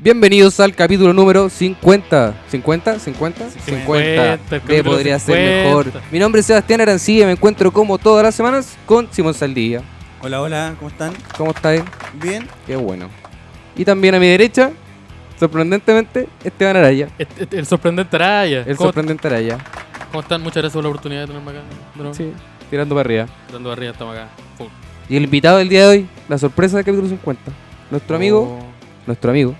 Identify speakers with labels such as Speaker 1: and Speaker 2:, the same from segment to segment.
Speaker 1: Bienvenidos al capítulo número 50. ¿50? ¿50? 50.
Speaker 2: 50, el
Speaker 1: ¿Qué
Speaker 2: capítulo
Speaker 1: podría ser
Speaker 2: 50.
Speaker 1: mejor? Mi nombre es Sebastián Arancilla. Me encuentro como todas las semanas con Simón Saldivia.
Speaker 3: Hola, hola, ¿cómo están?
Speaker 1: ¿Cómo está él?
Speaker 3: ¿Bien?
Speaker 1: Qué bueno. Y también a mi derecha, sorprendentemente, Esteban Araya.
Speaker 2: Et- et- El sorprendente Araya.
Speaker 1: El
Speaker 2: ¿Cómo,
Speaker 1: sorprendente Araya.
Speaker 2: cómo están? Muchas gracias por la oportunidad de tenerme acá. bro.
Speaker 1: Sí, tirando para arriba.
Speaker 2: Dando arriba, estamos acá. Full.
Speaker 1: Y el invitado del día de hoy, la sorpresa del capítulo 50. Nuestro amigo, nuestro amigo,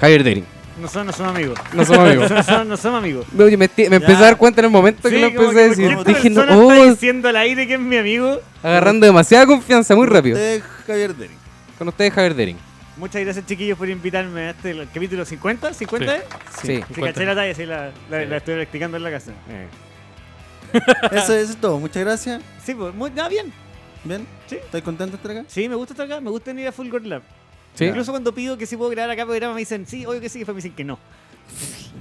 Speaker 1: Javier Dering.
Speaker 4: No son, no son amigos.
Speaker 1: No somos amigos.
Speaker 4: No son, no son amigos.
Speaker 1: No, yo me, esti- me empecé a dar cuenta en el momento que
Speaker 4: Sí,
Speaker 1: lo
Speaker 4: como
Speaker 1: empecé a
Speaker 4: porque
Speaker 1: decir.
Speaker 4: esta
Speaker 1: Dije, no,
Speaker 4: persona está
Speaker 1: oh,
Speaker 4: diciendo al aire que es mi amigo.
Speaker 1: agarrando demasiada confianza muy
Speaker 3: Con
Speaker 1: rápido.
Speaker 3: ustedes, Javier Dering.
Speaker 1: Con ustedes, Javier Dering.
Speaker 4: Muchas gracias, chiquillos, por invitarme a este el capítulo 50. ¿50
Speaker 2: Sí.
Speaker 4: es?
Speaker 1: Sí. Eh,
Speaker 4: Sí, caché la talla, sí, la, la,
Speaker 2: Sí.
Speaker 4: la estuve practicando en la casa.
Speaker 3: Eso, eso es todo, muchas gracias.
Speaker 4: Sí, pues, muy, nada, bien.
Speaker 3: ¿Bien?
Speaker 4: Sí.
Speaker 3: ¿Estás contento de estar acá?
Speaker 4: Sí, me gusta estar acá, me gusta ir a Full Gold Lab.
Speaker 1: Sí.
Speaker 4: Incluso cuando pido que si puedo grabar acá programa me dicen sí, obvio que sí, y después me dicen que no.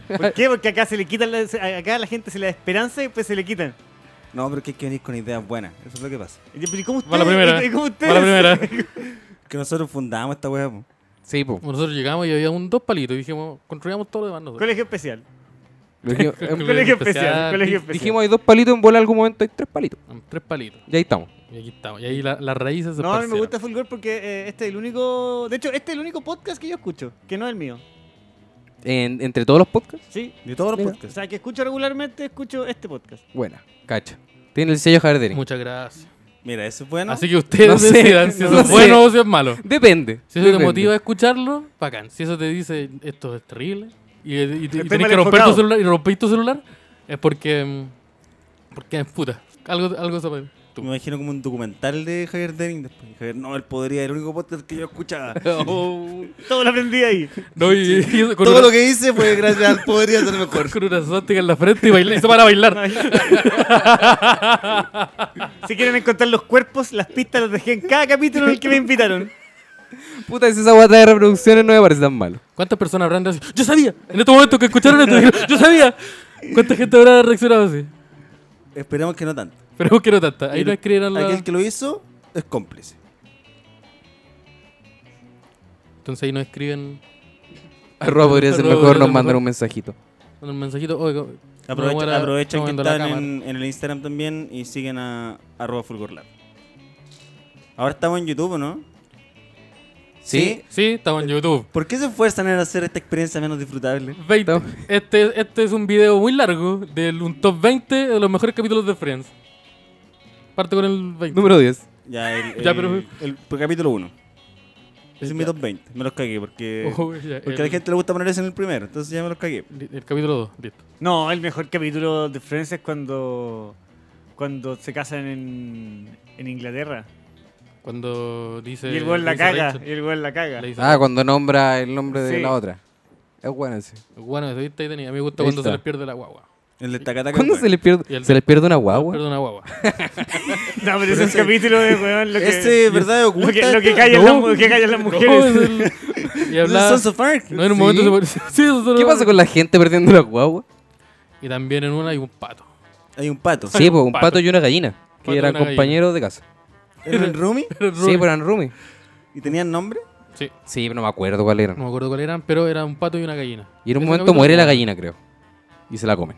Speaker 4: ¿Por qué? Porque acá se le quitan la- se- acá a la gente se le da esperanza y después se le quitan.
Speaker 3: No, pero que hay que venir con ideas buenas, eso es lo que pasa.
Speaker 4: Y- pero ¿Y cómo ustedes?
Speaker 2: Va la primera.
Speaker 4: ¿Y cómo
Speaker 2: Va la primera.
Speaker 3: Que nosotros fundamos esta hueá, po.
Speaker 1: Sí, po.
Speaker 2: Nosotros llegamos y había un dos palitos y dijimos, construyamos todo lo demás nosotros.
Speaker 4: Colegio especial.
Speaker 1: Lo dijimos- em,
Speaker 2: Colegio
Speaker 4: Colegio especial.
Speaker 2: especial.
Speaker 4: Colegio
Speaker 2: Di-
Speaker 4: especial.
Speaker 1: Dijimos, hay dos palitos en bola, en algún momento hay tres palitos.
Speaker 2: Tres palitos.
Speaker 1: Y ahí estamos.
Speaker 2: Y aquí estamos. Y ahí la- las raíces se
Speaker 4: No, a mí me
Speaker 2: esparcieron.
Speaker 4: gusta Full Gold porque eh, este es el único. De hecho, este es el único podcast que yo escucho, que no es el mío.
Speaker 1: En- entre todos los podcasts,
Speaker 4: Sí.
Speaker 3: De todos los
Speaker 1: Mira.
Speaker 4: O
Speaker 3: podcasts.
Speaker 4: sea, que escucho regularmente, escucho este podcast.
Speaker 1: buena. Cacha. Tiene el sello Javier Dering.
Speaker 2: Muchas gracias.
Speaker 3: Mira, eso es bueno.
Speaker 2: Así que ustedes
Speaker 1: Ah, No sé,
Speaker 2: decidan si eso
Speaker 1: no
Speaker 2: es
Speaker 1: sé.
Speaker 2: bueno o si es malo.
Speaker 1: Depende.
Speaker 2: Si eso te
Speaker 1: depende.
Speaker 2: motiva a escucharlo, bacán. Si eso te dice, esto es terrible, y, y- y
Speaker 4: Estoy
Speaker 2: tenés
Speaker 4: mal
Speaker 2: que romper tu
Speaker 4: enfocado.
Speaker 2: celular, y rompís tu celular, es porque... mm, Porque es puta. Algo, algo sabe tú.
Speaker 3: Me imagino como un documental de Javier Dering después. Javier, no, él podría, el único podcast que yo escuchaba.
Speaker 2: Oh.
Speaker 4: Todo lo aprendí ahí.
Speaker 2: No, y, y eso con,
Speaker 3: Todo
Speaker 2: una,
Speaker 3: lo que hice fue gracias al podría ser mejor.
Speaker 2: con una sótica en la frente y, baila- y se para a bailar.
Speaker 4: si quieren encontrar los cuerpos, las pistas las dejé en cada capítulo en el que me invitaron.
Speaker 1: Puta, si esa guata de reproducciones no me parece tan malo.
Speaker 2: ¿Cuántas personas habrán dicho, yo sabía? En este momento que escucharon esto, dijeron, yo sabía. ¿Cuánta gente habrá reaccionado así?
Speaker 3: Esperemos que no tanto.
Speaker 2: Pero que no tanta. Ahí no escribieron la...
Speaker 3: Aquel que lo hizo es cómplice.
Speaker 2: Entonces ahí nos escriben
Speaker 1: Arroba podría ser
Speaker 2: Arroba
Speaker 1: mejor,
Speaker 2: podría
Speaker 1: nos
Speaker 2: ser
Speaker 1: mandan
Speaker 2: mejor.
Speaker 1: un mensajito.
Speaker 2: un mensajito. Oiga,
Speaker 3: Aprovecha-
Speaker 2: muera-
Speaker 3: aprovechan
Speaker 2: no
Speaker 3: que
Speaker 2: muera la
Speaker 3: están
Speaker 2: cámara.
Speaker 3: en, en el Instagram también y siguen a arroba fulgorlab. Ahora estamos en YouTube, ¿no?
Speaker 1: Sí.
Speaker 2: Sí, estamos en YouTube.
Speaker 3: ¿Por qué se esfuerzan en hacer esta experiencia menos disfrutable?
Speaker 2: 20.
Speaker 1: Estamos-
Speaker 2: Este, este es un video muy largo de un top 20 de los mejores capítulos de Friends. Parte con el 20.
Speaker 1: Número 10.
Speaker 3: Ya, el,
Speaker 2: Ya,
Speaker 3: el-
Speaker 2: pero-
Speaker 3: el- el capítulo 1. Ese
Speaker 2: Ya.
Speaker 3: es mi top 20. Me los cagué porque,
Speaker 2: Oh, ya,
Speaker 3: porque
Speaker 2: el,
Speaker 3: a la gente le gusta poner ese en el primero. Entonces ya me los cagué.
Speaker 2: el capítulo 2, listo.
Speaker 4: No, el mejor capítulo de Friends es cuando. cuando se casan en. en Inglaterra.
Speaker 2: Cuando dice.
Speaker 4: y el weón la
Speaker 2: dice
Speaker 4: caga.
Speaker 2: Rachel,
Speaker 4: Y el weón la caga.
Speaker 2: le dice,
Speaker 1: Ah, cuando nombra el nombre de
Speaker 4: Sí.
Speaker 1: la otra. Es bueno ese.
Speaker 2: Bueno, eso viste ahí tenía. A mí me gusta
Speaker 1: Ahí
Speaker 2: cuando se
Speaker 1: está.
Speaker 2: les pierde la guagua.
Speaker 3: El de Takataka.
Speaker 1: ¿Cuándo se les
Speaker 2: Y
Speaker 1: pierde?
Speaker 2: el-
Speaker 1: ¿Se les pierde una guagua?
Speaker 2: Perdón, una guagua.
Speaker 4: No, pero ese es el capítulo de weón. Lo que,
Speaker 2: Este
Speaker 3: Ese, ¿verdad?
Speaker 4: lo
Speaker 3: Oculta.
Speaker 4: que, lo que callan,
Speaker 2: No.
Speaker 4: las, mu- que callan las
Speaker 2: este No,
Speaker 4: mujeres.
Speaker 2: es el- y hablaba.
Speaker 3: Sons of Anarchy.
Speaker 2: No, en un
Speaker 1: Sí.
Speaker 2: momento se pone- sí, eso es
Speaker 1: ¿Qué
Speaker 2: lo-
Speaker 1: pasa con la gente perdiendo la guagua?
Speaker 2: Y también en una hay un pato.
Speaker 3: Hay un pato.
Speaker 1: Sí, pues un
Speaker 2: pato.
Speaker 1: pato y una gallina.
Speaker 2: Pato
Speaker 1: Que
Speaker 2: y
Speaker 1: eran
Speaker 2: una
Speaker 1: compañeros de casa.
Speaker 3: Era el Rumi.
Speaker 1: Sí, pero eran roomies.
Speaker 3: ¿Y tenían nombre?
Speaker 2: Sí,
Speaker 1: Sí, pero no me acuerdo cuál eran.
Speaker 2: no me acuerdo cuál eran, pero era un pato y una gallina.
Speaker 1: Y en un
Speaker 2: Ese
Speaker 1: momento
Speaker 2: capítulo-
Speaker 1: muere la gallina, creo. Y se la comen.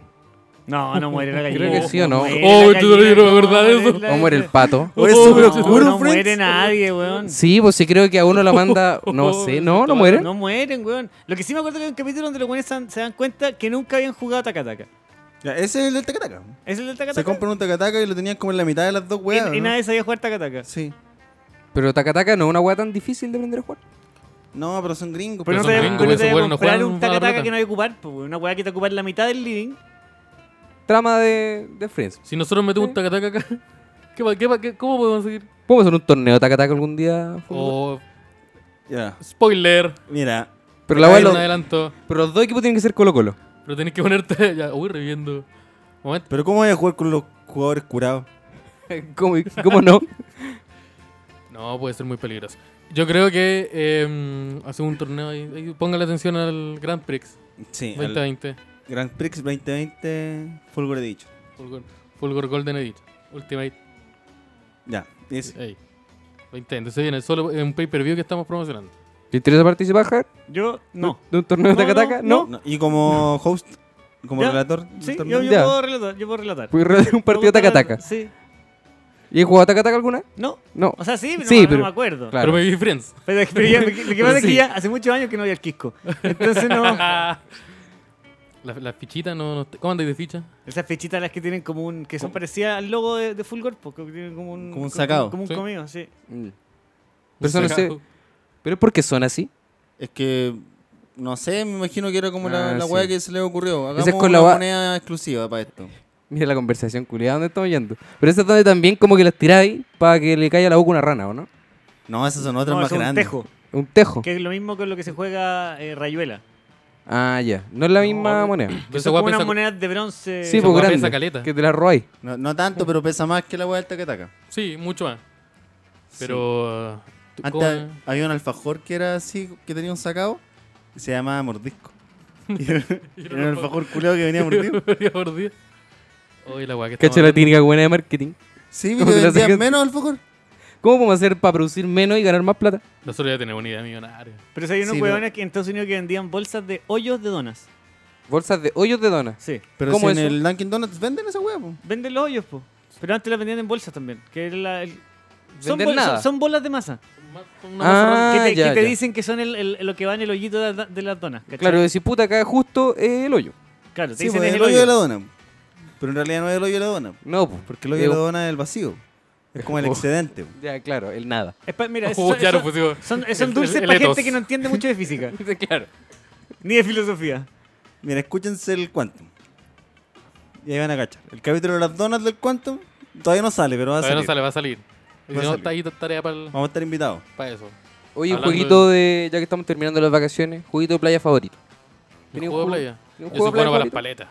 Speaker 4: No, no muere la gallina.
Speaker 1: Creo que sí o no.
Speaker 4: muere
Speaker 2: Oh,
Speaker 4: la
Speaker 2: tú no- yo no me
Speaker 4: gallina,
Speaker 2: acordaba de
Speaker 4: muere
Speaker 2: eso.
Speaker 4: la-
Speaker 1: O muere el pato.
Speaker 3: ¿O es
Speaker 2: Oh,
Speaker 3: súper
Speaker 2: no,
Speaker 3: oscuro,
Speaker 4: no
Speaker 3: Friends?
Speaker 4: muere nadie, weón.
Speaker 1: Sí, pues sí creo que a uno la manda. No sé, no, no muere.
Speaker 4: No mueren, weón. Lo que sí me acuerdo que hay un capítulo donde los weones se dan- se dan cuenta que nunca habían jugado Takataka.
Speaker 3: Ya, ese es el del Takataka.
Speaker 4: ¿Es el del Takataka?
Speaker 3: Se compran un Takataka y lo tenían como en la mitad de las dos
Speaker 4: Y,
Speaker 3: weas.
Speaker 4: y
Speaker 3: ¿no?
Speaker 4: nadie sabía jugar Takataka.
Speaker 3: Sí.
Speaker 1: Pero Takataka no es una weá tan difícil de aprender a jugar.
Speaker 3: No, pero son gringos.
Speaker 4: Pero no
Speaker 2: son
Speaker 4: te
Speaker 2: gringos,
Speaker 4: pero no
Speaker 2: esos
Speaker 4: te voy a
Speaker 2: weones no
Speaker 4: comprar
Speaker 2: juegan
Speaker 4: un
Speaker 2: a la
Speaker 4: Takataka
Speaker 2: pelota.
Speaker 4: que no hay que ocupar, pues, una weá que te ocupar la mitad del living.
Speaker 1: Trama de, de Friends.
Speaker 2: Si nosotros metemos un tacataca acá, ¿qué, pa- qué, pa- qué- ¿cómo podemos seguir?
Speaker 1: ¿Podemos hacer un torneo Takataka algún día? Oh.
Speaker 2: O
Speaker 3: Ya.
Speaker 2: spoiler,
Speaker 3: Mira,
Speaker 1: Pero la weá
Speaker 2: hay
Speaker 1: de
Speaker 2: un
Speaker 1: los-
Speaker 2: adelanto,
Speaker 1: pero los dos equipos tienen que ser Colo Colo.
Speaker 2: pero tenés que ponerte ya, uy, reviendo. Momento,
Speaker 3: pero ¿cómo voy a jugar con los jugadores curados?
Speaker 1: ¿Cómo, cómo no?
Speaker 2: no, puede ser muy peligroso. Yo creo que eh, hace un torneo ahí, ahí póngale atención al Grand Prix
Speaker 3: Sí, al
Speaker 2: 2020,
Speaker 3: Grand Prix 2020, Fulgor dicho.
Speaker 2: Fulgor, Fulgor Golden Edit, Ultimate,
Speaker 3: Ya, es-
Speaker 2: ey, 2020, se viene solo en un pay-per-view que estamos promocionando.
Speaker 1: ¿Te interesa participar, Javier?
Speaker 4: Yo no.
Speaker 1: ¿De un torneo
Speaker 4: No,
Speaker 1: de Takataka?
Speaker 4: no,
Speaker 1: No.
Speaker 4: no.
Speaker 1: no.
Speaker 3: No, Y como host, como
Speaker 4: Ya,
Speaker 3: relator.
Speaker 4: Sí,
Speaker 3: del
Speaker 4: yo,
Speaker 3: torneo.
Speaker 4: yo
Speaker 1: Ya.
Speaker 4: puedo relatar. Yo puedo relatar.
Speaker 1: Fui un partido
Speaker 4: Me gusta
Speaker 1: Takataka.
Speaker 4: relatar, Sí.
Speaker 1: ¿Y he jugado Takataka alguna?
Speaker 4: No.
Speaker 1: No.
Speaker 4: O sea, sí, pero,
Speaker 1: Sí,
Speaker 4: no, no
Speaker 1: pero-
Speaker 4: me acuerdo.
Speaker 1: Claro.
Speaker 2: Pero me vi Friends.
Speaker 4: Pero, pero ya- lo que lo que
Speaker 1: Pero
Speaker 4: pasa es que
Speaker 1: sí.
Speaker 4: ya hace muchos años que no voy al Quisco. Entonces no.
Speaker 2: la, la fichita no, no- ¿Cómo andáis de ficha?
Speaker 4: Esas fechitas las que tienen como un. que son parecidas al logo de, de Full Golf, porque tienen como un.
Speaker 3: Como un sacado.
Speaker 4: Como un
Speaker 2: Sí.
Speaker 4: comido, sí.
Speaker 1: Mm. Pero, son
Speaker 2: Sacado.
Speaker 1: ese- ¿Pero es porque son así?
Speaker 3: Es que, no sé, me imagino que era como
Speaker 1: Ah,
Speaker 3: la, la
Speaker 1: sí.
Speaker 3: weá que se le ocurrió.
Speaker 1: Esa es
Speaker 3: Hagamos
Speaker 1: con la
Speaker 3: una
Speaker 1: va-
Speaker 3: moneda exclusiva para esto.
Speaker 1: Mira la conversación culiada, ¿dónde estamos yendo? Pero esa es donde también como que las tiráis para que le caiga la boca una rana, ¿o no?
Speaker 3: No, esas son otras
Speaker 4: No,
Speaker 3: más
Speaker 4: es un
Speaker 3: grandes.
Speaker 4: tejo,
Speaker 1: Un tejo.
Speaker 4: que es lo mismo con lo que se juega eh, Rayuela.
Speaker 1: Ah, ya. No es la misma
Speaker 2: pero-
Speaker 1: moneda.
Speaker 2: Pero
Speaker 4: Que
Speaker 2: esa
Speaker 4: son
Speaker 2: weá
Speaker 4: como unas
Speaker 2: pesa-
Speaker 4: monedas de bronce.
Speaker 1: Sí,
Speaker 2: esa
Speaker 1: pues
Speaker 2: weá pesa
Speaker 1: grande.
Speaker 2: caleta.
Speaker 1: Que te la robáis.
Speaker 3: No, no tanto, pero pesa más que la weá del tacataca.
Speaker 2: Sí, mucho más. Pero. uh, ¿tú
Speaker 3: Antes
Speaker 2: cómo-
Speaker 3: había un alfajor que era así, que tenía un sacado, y se llamaba mordisco. Y era, era un alfajor culeado que venía mordido.
Speaker 2: Por Dios. Oye, la weá que
Speaker 1: Cacha la típica buena de marketing.
Speaker 3: Sí,
Speaker 1: ¿Cómo te
Speaker 3: pero
Speaker 1: la
Speaker 3: vendían
Speaker 1: sacaste?
Speaker 3: menos alfajor.
Speaker 1: ¿Cómo podemos hacer para producir menos y ganar más plata?
Speaker 2: Nosotros ya tenemos una idea millonaria.
Speaker 4: Pero si hay unos
Speaker 3: Sí, pero-
Speaker 4: huevones que en Estados Unidos que vendían bolsas de hoyos de donas.
Speaker 1: Bolsas de hoyos de donas.
Speaker 4: Sí.
Speaker 3: Pero
Speaker 1: ¿Cómo
Speaker 3: si en
Speaker 1: eso?
Speaker 3: el Dunkin' Donuts venden esa weá, po.
Speaker 4: Venden los hoyos, po. Pero antes las vendían en bolsas también. Que era la, el- son,
Speaker 1: Vender
Speaker 4: bol-
Speaker 1: nada.
Speaker 4: son- son bolas de masa.
Speaker 1: Ah,
Speaker 4: que te,
Speaker 1: ya,
Speaker 4: que te
Speaker 1: ya.
Speaker 4: dicen que son el- el- lo que va en el hoyito de, la- de las donas. ¿cachai?
Speaker 1: Claro, decir puta acá justo es el hoyo.
Speaker 4: Claro, te
Speaker 3: Sí,
Speaker 4: dicen
Speaker 3: po,
Speaker 4: es
Speaker 3: es el hoyo de la dona. Pero en realidad no es el hoyo de la dona.
Speaker 1: No, pues.
Speaker 3: Porque el hoyo de la dona es el vacío. Es como el
Speaker 1: Oh.
Speaker 3: excedente. po.
Speaker 1: Ya, claro, el nada.
Speaker 4: Es pa- mira,
Speaker 2: Oh,
Speaker 4: son,
Speaker 2: ya lo
Speaker 4: son,
Speaker 2: pusimos.
Speaker 4: son- son
Speaker 2: El-
Speaker 4: dulces
Speaker 2: el
Speaker 4: para
Speaker 2: etos.
Speaker 4: gente que no entiende mucho de física.
Speaker 1: claro.
Speaker 4: ni de filosofía.
Speaker 3: Mira, escúchense el Quantum. Y ahí van a cachar. El capítulo de las donas del Quantum todavía no sale, pero Ah, va a
Speaker 2: Todavía no
Speaker 3: salir.
Speaker 2: sale, va a salir. Y
Speaker 3: Va a
Speaker 2: si no,
Speaker 3: salir.
Speaker 2: está ahí tarea para
Speaker 3: Vamos a estar invitados.
Speaker 2: eso.
Speaker 1: Oye, un
Speaker 2: Hablando
Speaker 1: jueguito de. Ya que estamos terminando las vacaciones, jueguito de playa favorito.
Speaker 2: ¿Un
Speaker 1: ¿Tenía
Speaker 2: juego de playa?
Speaker 1: ¿Tenía
Speaker 2: Yo
Speaker 1: un
Speaker 2: soy
Speaker 1: juego de playa
Speaker 2: bueno para las
Speaker 1: favorito?
Speaker 2: paletas.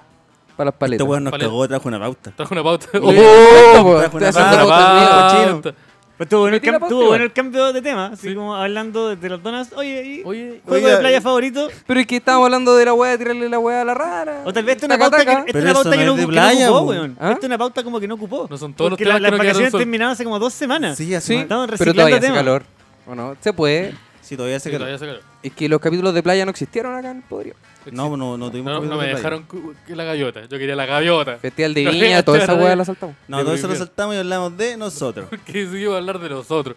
Speaker 1: Para las
Speaker 3: Este
Speaker 1: paletas.
Speaker 3: weón nos
Speaker 2: Paleta.
Speaker 3: cagó, trajo una pauta.
Speaker 2: Trajo una Ah, pauta.
Speaker 1: ¡Oh!
Speaker 2: Trajo
Speaker 1: pues,
Speaker 3: Trajo
Speaker 1: te
Speaker 3: una
Speaker 1: hace
Speaker 3: barra,
Speaker 1: poco
Speaker 2: una
Speaker 1: terminar.
Speaker 2: pauta.
Speaker 4: Pues tuvo bueno, el
Speaker 1: Metí la
Speaker 4: cam-
Speaker 1: pauta
Speaker 4: tuvo
Speaker 1: igual.
Speaker 4: bueno el cambio de tema, así
Speaker 2: Sí.
Speaker 4: como hablando de, de las donas. Oye, y
Speaker 2: Oye,
Speaker 4: juego
Speaker 3: Oiga,
Speaker 4: de playa
Speaker 3: y-
Speaker 4: favorito.
Speaker 1: Pero es que estábamos hablando de la weá, de tirarle la weá a la rara.
Speaker 4: O tal vez esta es
Speaker 1: Taca,
Speaker 4: una pauta que,
Speaker 1: taca.
Speaker 4: esta es
Speaker 3: Pero
Speaker 4: una
Speaker 3: eso
Speaker 4: pauta
Speaker 3: no
Speaker 4: que
Speaker 3: es
Speaker 4: no,
Speaker 3: de
Speaker 4: que no
Speaker 3: playa,
Speaker 4: ocupó,
Speaker 3: po.
Speaker 4: weón.
Speaker 1: ¿Ah?
Speaker 4: Esta es una pauta como que no ocupó.
Speaker 2: No son todos los
Speaker 4: Porque
Speaker 2: temas
Speaker 4: la-
Speaker 2: que no
Speaker 4: las
Speaker 2: quedaron
Speaker 4: vacaciones
Speaker 2: sol.
Speaker 4: terminaron hace como dos semanas.
Speaker 3: Sí, hace
Speaker 1: Sí,
Speaker 3: mal.
Speaker 4: Estaban
Speaker 1: pero
Speaker 4: reciclando
Speaker 1: todavía hace
Speaker 4: temas.
Speaker 1: calor. ¿O no? Se puede.
Speaker 3: Sí, todavía
Speaker 2: Sí,
Speaker 3: se quedó.
Speaker 2: todavía se quedó.
Speaker 1: Es que los capítulos de playa no existieron acá en el podrio.
Speaker 3: No, no, no tuvimos
Speaker 2: No, no
Speaker 3: capítulo
Speaker 2: me
Speaker 3: de playa.
Speaker 2: dejaron cu- que la gaviota. Yo quería la gaviota.
Speaker 1: Festival de
Speaker 2: No,
Speaker 1: viña, toda esa
Speaker 2: claro,
Speaker 1: weá
Speaker 2: de-
Speaker 1: la saltamos.
Speaker 3: No,
Speaker 2: De
Speaker 3: todo eso lo
Speaker 2: prohibido.
Speaker 3: saltamos y hablamos de nosotros.
Speaker 2: Porque se iba a hablar de los otros.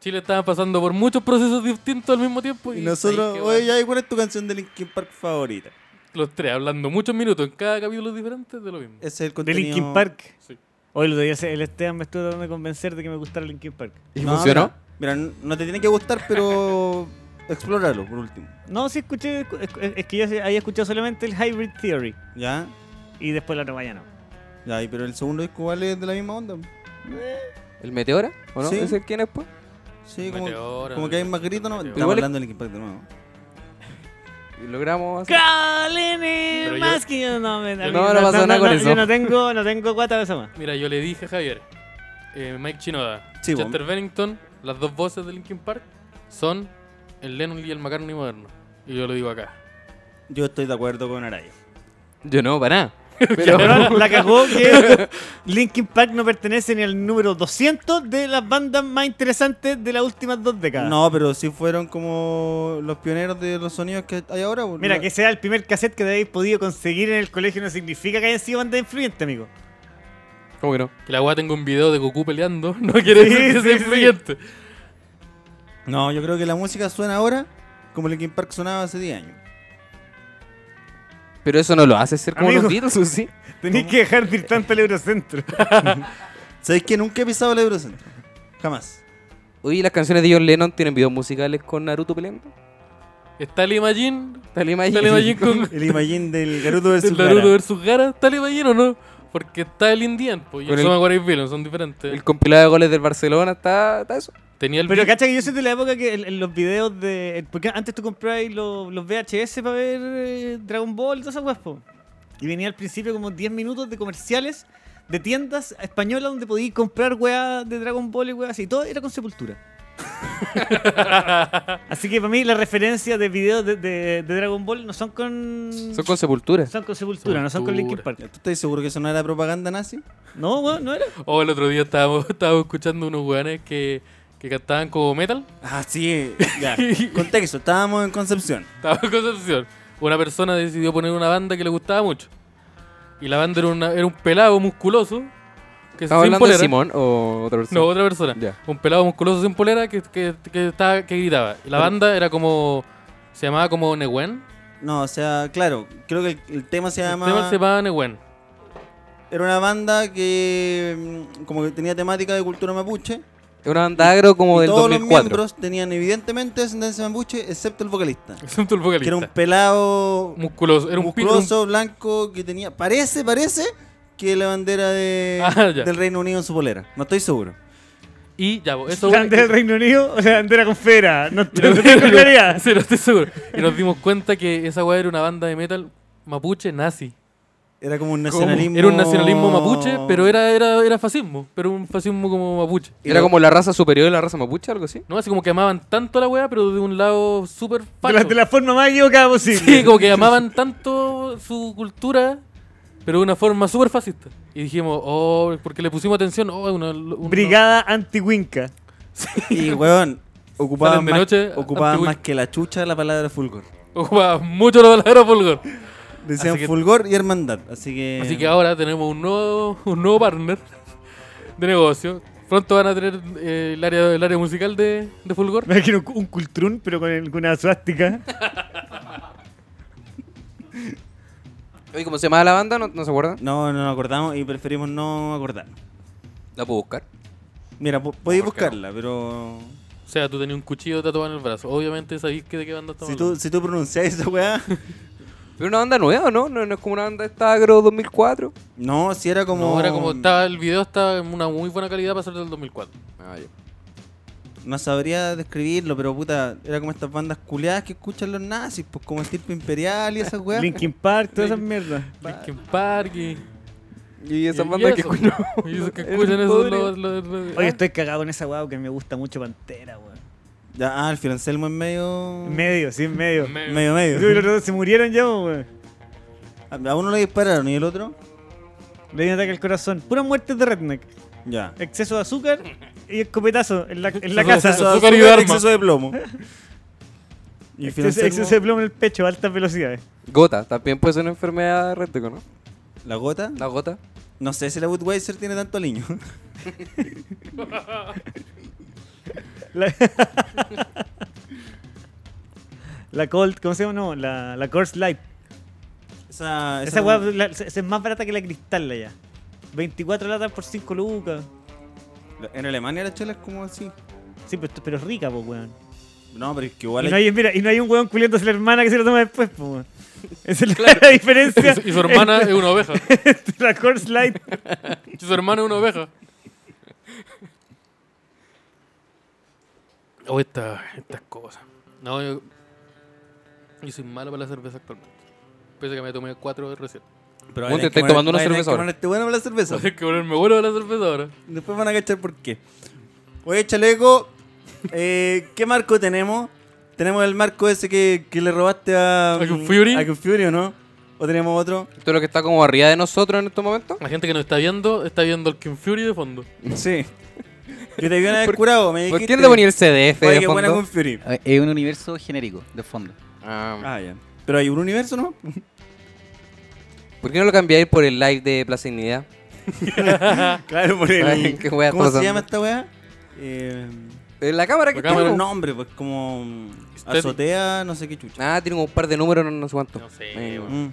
Speaker 2: Chile estaba pasando por muchos procesos distintos al mismo tiempo. Y,
Speaker 3: Y nosotros,
Speaker 2: Ay, qué
Speaker 3: oye,
Speaker 2: guay.
Speaker 3: ya, ¿y ¿cuál es tu canción de Linkin Park favorita?
Speaker 2: Los tres hablando muchos minutos en cada capítulo diferente de lo mismo.
Speaker 3: Ese es el
Speaker 4: De
Speaker 3: contenido.
Speaker 4: Linkin Park.
Speaker 2: Sí.
Speaker 4: Hoy lo día el Esteban me estuvo tratando de convencer de que me gustara Linkin Park.
Speaker 1: ¿Y
Speaker 3: No,
Speaker 1: funcionó?
Speaker 3: Mira, mira, n- no te tiene que gustar, pero explóralo por último.
Speaker 4: No, sí escuché, escu- es- es que yo había escuchado solamente el Hybrid Theory
Speaker 3: ¿Ya?
Speaker 4: y después la otra mañana.
Speaker 3: Ya, y pero el segundo disco igual es de la misma onda.
Speaker 1: ¿El meteora? ¿O no?
Speaker 3: Sí.
Speaker 1: ¿Ese quién es, pues?
Speaker 3: Sí, como,
Speaker 2: Meteora,
Speaker 3: como que hay más gritos, ¿no? Estamos
Speaker 1: Igual es-
Speaker 3: hablando de Linkin Park de nuevo.
Speaker 1: Y logramos hacer-
Speaker 4: Calling
Speaker 2: Pero yo-
Speaker 4: más que yo no me a mí
Speaker 1: No, no pasa nada con
Speaker 4: Yo
Speaker 1: eso.
Speaker 4: no tengo, no tengo cuata de esa más.
Speaker 2: Mira, yo le dije a Javier, eh, Mike Chinoda,
Speaker 3: Sí, vos.
Speaker 2: Chester Bennington, las dos voces de Linkin Park son el Lennon y el McCartney moderno. Y yo lo digo acá.
Speaker 3: Yo estoy de acuerdo con Araya.
Speaker 1: Yo no, para nada.
Speaker 4: Pero
Speaker 1: Pero
Speaker 4: ahora la cagó que Linkin Park no pertenece ni al número 200 de las bandas más interesantes de las últimas dos décadas.
Speaker 3: No, pero sí fueron como los pioneros de los sonidos que hay ahora. boludo.
Speaker 4: Mira, que sea el primer cassette que habéis podido conseguir en el colegio no significa que hayan sido bandas influyentes, amigo.
Speaker 1: ¿Cómo que no?
Speaker 2: Que la weá tengo un video de Goku peleando, no quiere
Speaker 4: Sí,
Speaker 2: decir que sea
Speaker 4: sí, sí.
Speaker 2: influyente.
Speaker 3: No, yo creo que la música suena ahora como Linkin Park sonaba hace 10 años.
Speaker 1: Pero eso no lo hace ser como
Speaker 4: Amigo.
Speaker 1: los Beatles, ¿o sí?
Speaker 4: Tenéis que dejar de ir tanto al Eurocentro.
Speaker 3: ¿Sabéis que nunca he pisado el Eurocentro? Jamás.
Speaker 1: Oye, las canciones de John Lennon tienen videos musicales con Naruto peleando.
Speaker 2: Está el Imagine,
Speaker 1: Está el
Speaker 2: está el Imagine con
Speaker 3: El Imagine del Garuto versus
Speaker 2: el Naruto versus Gara, está el Imagine o no. Porque está el Indian, pues, y
Speaker 1: Con
Speaker 2: el
Speaker 1: el-
Speaker 2: Soma Guaray Villain, son diferentes.
Speaker 1: El compilado de goles del Barcelona está, está eso.
Speaker 2: Tenía el
Speaker 4: Pero
Speaker 2: beat-
Speaker 4: cacha que yo soy de la época que en, en los videos de. Porque antes tú comprabas los, los VHS para ver eh, Dragon Ball y todas esas weas, po. Y venía al principio como 10 minutos de comerciales de tiendas españolas donde podías comprar weas de Dragon Ball y weas así. Todo era con sepultura. así que para mí las referencias de videos de, de- de Dragon Ball no son con.
Speaker 1: Son con Sepultura.
Speaker 4: son con sepultura, no son con Linkin
Speaker 2: Sepultura.
Speaker 4: Park.
Speaker 3: ¿Tú estás seguro que eso no era propaganda nazi?
Speaker 4: No, weón, no era.
Speaker 2: Oh, O el otro día estábamos, estábamos escuchando unos weones que, que que cantaban como metal.
Speaker 3: Ah, sí, ya. Contexto, estábamos en Concepción.
Speaker 2: Estaba en Concepción. Una persona decidió poner una banda que le gustaba mucho. Y la banda era, una- era un pelado musculoso. Que
Speaker 1: ¿Estaba
Speaker 2: sin
Speaker 1: hablando
Speaker 2: polera.
Speaker 1: de Simón o otra persona?
Speaker 2: No, otra persona.
Speaker 1: Ya.
Speaker 2: Un pelado musculoso sin polera que, que, que estaba- que gritaba. Y La banda era como. Se llamaba como Nehuen.
Speaker 3: No, o sea, claro, creo que el, el tema se
Speaker 2: El
Speaker 3: llama.
Speaker 2: tema se llamaba Nehuen.
Speaker 3: Era una banda que mm, como que tenía temática de cultura mapuche.
Speaker 1: Es una banda agro como
Speaker 3: y
Speaker 1: del
Speaker 3: todos
Speaker 1: 2004.
Speaker 3: los miembros tenían evidentemente ascendencia mapuche, excepto el vocalista.
Speaker 2: Excepto el
Speaker 3: Que era un
Speaker 2: vocalista.
Speaker 3: pelado
Speaker 2: musculoso. Era un pi-
Speaker 3: musculoso, blanco, que tenía. Parece, parece que la bandera de,
Speaker 2: Ah, ya.
Speaker 3: del Reino Unido en su polera. No estoy seguro.
Speaker 2: un- Y ya, pues, eso.
Speaker 4: ¿La bandera del Reino Unido o la bandera con fera? No,
Speaker 2: Pero-
Speaker 4: no tengo claridad.
Speaker 2: Sí, no estoy seguro. Y nos dimos cuenta que esa weá era una banda de metal mapuche nazi.
Speaker 3: Era como un nacionalismo.
Speaker 2: Era un nacionalismo mapuche, pero era, era, era fascismo. Pero un fascismo como mapuche.
Speaker 1: Era como la raza superior de la raza mapuche, algo así.
Speaker 2: No, así como que amaban tanto a la weá, pero de un lado súper
Speaker 4: De
Speaker 2: falso.
Speaker 4: la, de la forma más equivocada posible.
Speaker 2: Sí, como que amaban tanto su cultura, pero de una forma súper fascista. Y dijimos, oh, porque le pusimos atención, oh, una, una-
Speaker 4: Brigada anti-Winca.
Speaker 3: Y, weón, ocupaban,
Speaker 2: Salen de
Speaker 3: más,
Speaker 2: noche,
Speaker 3: ocupaban
Speaker 2: antiguo-
Speaker 3: más que la chucha la palabra fulgor.
Speaker 2: Ocupaba mucho la palabra fulgor.
Speaker 3: Decían
Speaker 2: Así que-
Speaker 3: fulgor y hermandad. Así que.
Speaker 2: Así que ahora tenemos un nuevo, un nuevo partner de negocio. Pronto van a tener eh, el, área, el área musical de, de Fulgor.
Speaker 4: Me imagino un cultrún, pero con, el- con una suástica.
Speaker 1: Oye, ¿cómo se llama la banda? ¿No, no se acuerdan?
Speaker 3: No, no nos acordamos y preferimos no acordarnos.
Speaker 1: La puedo buscar.
Speaker 3: Mira, po- podéis
Speaker 1: ¿Por qué no?
Speaker 3: buscarla, pero.
Speaker 2: O sea, tú tenías un cuchillo tatuado en el brazo. Obviamente sabís que de qué banda estamos
Speaker 3: Si tú,
Speaker 2: hablando.
Speaker 3: si tú pronunciás esa weá.
Speaker 1: Pero una banda nueva, ¿no? ¿no? no es como una banda esta agro 2004.
Speaker 3: No, si era como.
Speaker 2: No, era como estaba, el video estaba en una muy buena calidad para ser del 2004.
Speaker 1: Ah, ya.
Speaker 3: No sabría describirlo, pero puta, era como estas bandas culeadas que escuchan los nazis, pues como Estirpe Imperial y esas weas.
Speaker 4: Linkin Park, todas esas mierdas.
Speaker 2: Linkin Park y...
Speaker 1: Y esa
Speaker 2: y-
Speaker 1: banda
Speaker 2: y
Speaker 1: que
Speaker 2: eso.
Speaker 1: escuchó.
Speaker 2: Y eso que
Speaker 1: Es
Speaker 2: escuchan eso
Speaker 1: podrido.
Speaker 2: lo- lo- lo-
Speaker 4: Oye, estoy cagado con esa weá que me gusta mucho Pantera, weón.
Speaker 3: Ya, ah, el Filancelmo es medio.
Speaker 4: En medio, sí, en medio.
Speaker 2: Me-
Speaker 3: medio.
Speaker 4: Yo creo que
Speaker 3: medio.
Speaker 4: los otros se murieron ya, weón.
Speaker 3: A uno le dispararon y el otro.
Speaker 4: Le dio un ataque al corazón. Puras muertes de redneck.
Speaker 3: Ya.
Speaker 4: Exceso de azúcar y escopetazo en la, en
Speaker 2: Exceso
Speaker 4: la
Speaker 2: de
Speaker 4: casa.
Speaker 2: azúcar.
Speaker 4: Exceso,
Speaker 2: azúcar y arma.
Speaker 3: exceso de plomo. Y el Filancelmo-
Speaker 4: exceso de plomo en el pecho a altas velocidades.
Speaker 1: Gota, también puede ser una enfermedad de rético, ¿no?
Speaker 3: La gota.
Speaker 1: La gota.
Speaker 3: No sé si la Budweiser tiene tanto aliño.
Speaker 4: La, la Colt, ¿cómo se llama? No, la, la Coors Light.
Speaker 3: Ah, Esa,
Speaker 4: Esa weá la- esa es más barata que la cristal ya. 24 latas por 5 lucas.
Speaker 3: En Alemania la chela es como así.
Speaker 4: Sí, pero, pero es rica, pues, weón.
Speaker 3: No, pero es que igual
Speaker 4: Y no
Speaker 3: hay-
Speaker 4: hay, mira, y no hay un weón culiándose la hermana que se lo toma después, pues, weón. Esa es la diferencia.
Speaker 2: Y su hermana es una oveja.
Speaker 4: entre la Coors Light.
Speaker 2: Su hermana es una oveja. O esta- estas cosas. No, yo, yo soy malo para la cerveza actualmente. Pese a que me tomé cuatro recién.
Speaker 3: Pero
Speaker 1: Ponte,
Speaker 3: hay que
Speaker 1: estoy
Speaker 3: poner-
Speaker 1: tomando una
Speaker 3: hay que
Speaker 1: cerveza ahora.
Speaker 3: ponerte bueno para la cerveza.
Speaker 2: Hay que ponerme bueno para la cerveza ahora.
Speaker 3: Después van a cachar por qué. Oye, chaleco, eh, ¿qué marco tenemos? ¿Tenemos el marco ese que, que le robaste a. mm,
Speaker 2: ¿A Kung Fury?
Speaker 3: ¿A Kung Fury o no? ¿O tenemos otro?
Speaker 1: Esto es lo que está como arriba de nosotros en estos momentos.
Speaker 2: La gente que nos está viendo está viendo el King Fury de fondo.
Speaker 3: Sí. Que te vio una vez curado, me
Speaker 1: ¿Por
Speaker 3: dijiste.
Speaker 1: qué le ponía el CDF
Speaker 3: Oye,
Speaker 1: de
Speaker 3: qué buena
Speaker 1: fondo?
Speaker 3: Kung Fury.
Speaker 5: A ver, Eh, Es un universo genérico, de fondo.
Speaker 1: Ah,
Speaker 3: Ah, ya. Pero hay un universo, ¿no?
Speaker 1: ¿Por qué no lo cambiáis por el live de Plaza Dignidad?
Speaker 3: claro, por
Speaker 1: Ay,
Speaker 3: el.
Speaker 1: qué wea
Speaker 3: ¿Cómo
Speaker 1: pasando.
Speaker 3: se llama esta weá? Eh,
Speaker 1: Eh, La cámara que está,
Speaker 2: La cámara
Speaker 3: tiene
Speaker 1: po.
Speaker 3: un nombre, pues como.
Speaker 2: Estética.
Speaker 3: Azotea, no sé qué chucha.
Speaker 1: Ah, tiene como un par de números, no, no sé cuánto.
Speaker 2: No sé,
Speaker 1: Eh,
Speaker 2: weón.
Speaker 3: Mm.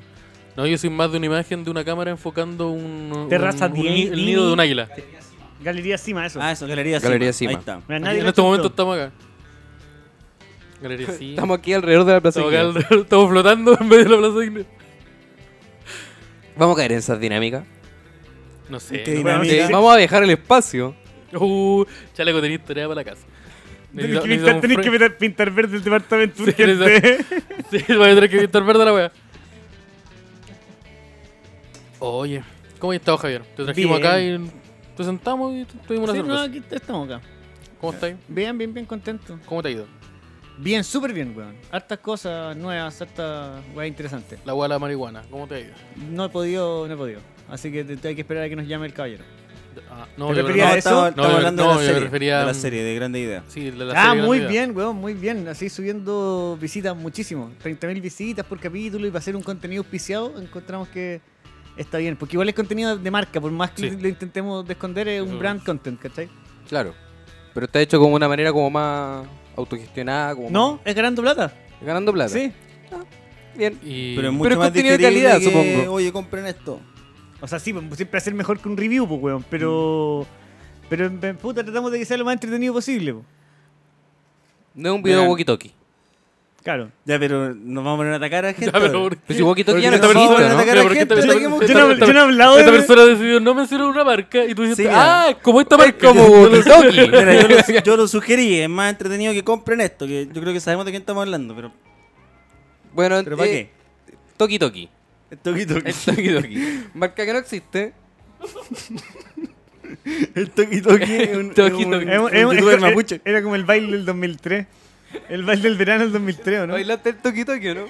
Speaker 2: No, yo soy más de una imagen de una cámara enfocando un.
Speaker 4: Terraza
Speaker 2: un- un
Speaker 4: Dini-
Speaker 2: ni- El nido de un águila.
Speaker 4: Galería Cima, eso.
Speaker 3: Ah, eso, Galería Cima.
Speaker 1: Galería Cima.
Speaker 3: Ahí está.
Speaker 4: Mira, nadie
Speaker 2: En este
Speaker 4: lo
Speaker 2: estos
Speaker 4: apuntó.
Speaker 2: momentos estamos acá. Galería, sí.
Speaker 1: Estamos aquí alrededor de la Plaza
Speaker 2: Estamos, acá
Speaker 1: Dignidad.
Speaker 2: alrededor, estamos flotando en medio de la plaza Dignidad.
Speaker 1: Vamos a caer en esas dinámicas.
Speaker 2: No sé.
Speaker 3: Qué
Speaker 2: no-
Speaker 3: dinámica.
Speaker 1: Eh, vamos a dejar el espacio.
Speaker 2: Uh, chaleco, tenés tarea para la casa.
Speaker 4: Tenés que,
Speaker 2: Necesitamos
Speaker 4: pintar,
Speaker 2: un
Speaker 4: tenés que
Speaker 2: frame.
Speaker 4: pintar, pintar verde el departamento
Speaker 2: Sí,
Speaker 4: urgente.
Speaker 2: Sí, voy a tener que pintar verde la wea. Oye, ¿cómo has estado, Javier? Te trajimos
Speaker 4: Bien.
Speaker 2: acá y te sentamos y tu- tuvimos una
Speaker 4: Sí, no,
Speaker 2: cerveza.
Speaker 4: aquí estamos acá.
Speaker 2: ¿Cómo estás?
Speaker 4: Bien, bien, bien contento.
Speaker 2: ¿Cómo te ha ido?
Speaker 4: Bien, súper bien, weón. Hartas cosas nuevas, hartas weas interesantes.
Speaker 2: La wea de la marihuana, ¿cómo te ha ido?
Speaker 4: No he podido, no he podido. Así que te- te hay que esperar a que nos llame el caballero.
Speaker 2: Ah, no,
Speaker 4: ¿Te
Speaker 2: yo
Speaker 4: referías
Speaker 2: creo-
Speaker 4: a eso?
Speaker 2: No, yo-
Speaker 3: hablando
Speaker 2: no,
Speaker 3: de la
Speaker 2: yo
Speaker 3: serie.
Speaker 2: refería,
Speaker 3: de la
Speaker 2: mm,
Speaker 3: serie, de grande idea.
Speaker 2: Sí, de la
Speaker 4: Ah,
Speaker 2: serie
Speaker 4: muy
Speaker 2: grande.
Speaker 4: bien, weón, muy bien. Así subiendo visitas muchísimo. 30.000 visitas por capítulo y para hacer un contenido auspiciado encontramos que está bien. Porque igual es contenido de marca, por más que
Speaker 2: Sí.
Speaker 4: lo intentemos de esconder, es un
Speaker 2: Eso
Speaker 4: brand content, ¿cachai?
Speaker 1: Claro. Pero está hecho como una manera como más autogestionada, como
Speaker 4: No, es ganando plata.
Speaker 1: más- ganando plata.
Speaker 4: Sí.
Speaker 1: Bien.
Speaker 2: Y-
Speaker 3: Pero es mucho
Speaker 1: Pero es
Speaker 3: más
Speaker 1: contenido de
Speaker 3: digerible
Speaker 1: calidad,
Speaker 3: que,
Speaker 1: supongo.
Speaker 3: Oye, compren esto.
Speaker 4: O sea, sí, pues, siempre hacer mejor que un review, pues, weón. Pero. Pero en en puta tratamos de que sea lo más entretenido posible, pues.
Speaker 1: No es un video
Speaker 3: Vean.
Speaker 1: walkie-talkie.
Speaker 4: Claro.
Speaker 3: Ya, pero nos vamos a poner a atacar a la gente.
Speaker 2: Ya, pero
Speaker 3: ahora.
Speaker 2: ¿por
Speaker 1: Pero
Speaker 2: qué?
Speaker 1: si walkie-talkie ya no
Speaker 3: Porque estamos
Speaker 1: existe,
Speaker 3: en
Speaker 1: ¿no?
Speaker 3: atacar a
Speaker 2: Pero ¿por qué
Speaker 3: gente,
Speaker 2: esta-
Speaker 3: ataquemos-
Speaker 2: esta-
Speaker 4: Yo no, yo no he hablado
Speaker 2: Esta
Speaker 4: de-
Speaker 2: persona decidió no mencionar una marca y tú dijiste,
Speaker 3: Sí, ya.
Speaker 2: ah, como esta marca.
Speaker 1: Como walkie-talkie.
Speaker 3: Mira, yo, lo, yo lo sugerí, es más entretenido que compren esto, que yo creo que sabemos de quién estamos hablando, pero,
Speaker 1: Bueno,
Speaker 3: pero ¿para
Speaker 1: eh, Toki-toki.
Speaker 3: qué? Toki Toki.
Speaker 1: El Toki-toki. Marca que no existe.
Speaker 3: El Toki Toki es un,
Speaker 1: Toki
Speaker 3: es un-
Speaker 1: Toki.
Speaker 4: Es un-
Speaker 3: un
Speaker 4: es un-
Speaker 3: youtuber
Speaker 4: es-
Speaker 3: mapuche.
Speaker 4: Era como el baile del 2003. El baile del verano del 2003, ¿o ¿no? Es
Speaker 1: Bailaste el Toki-toki, ¿o ¿no?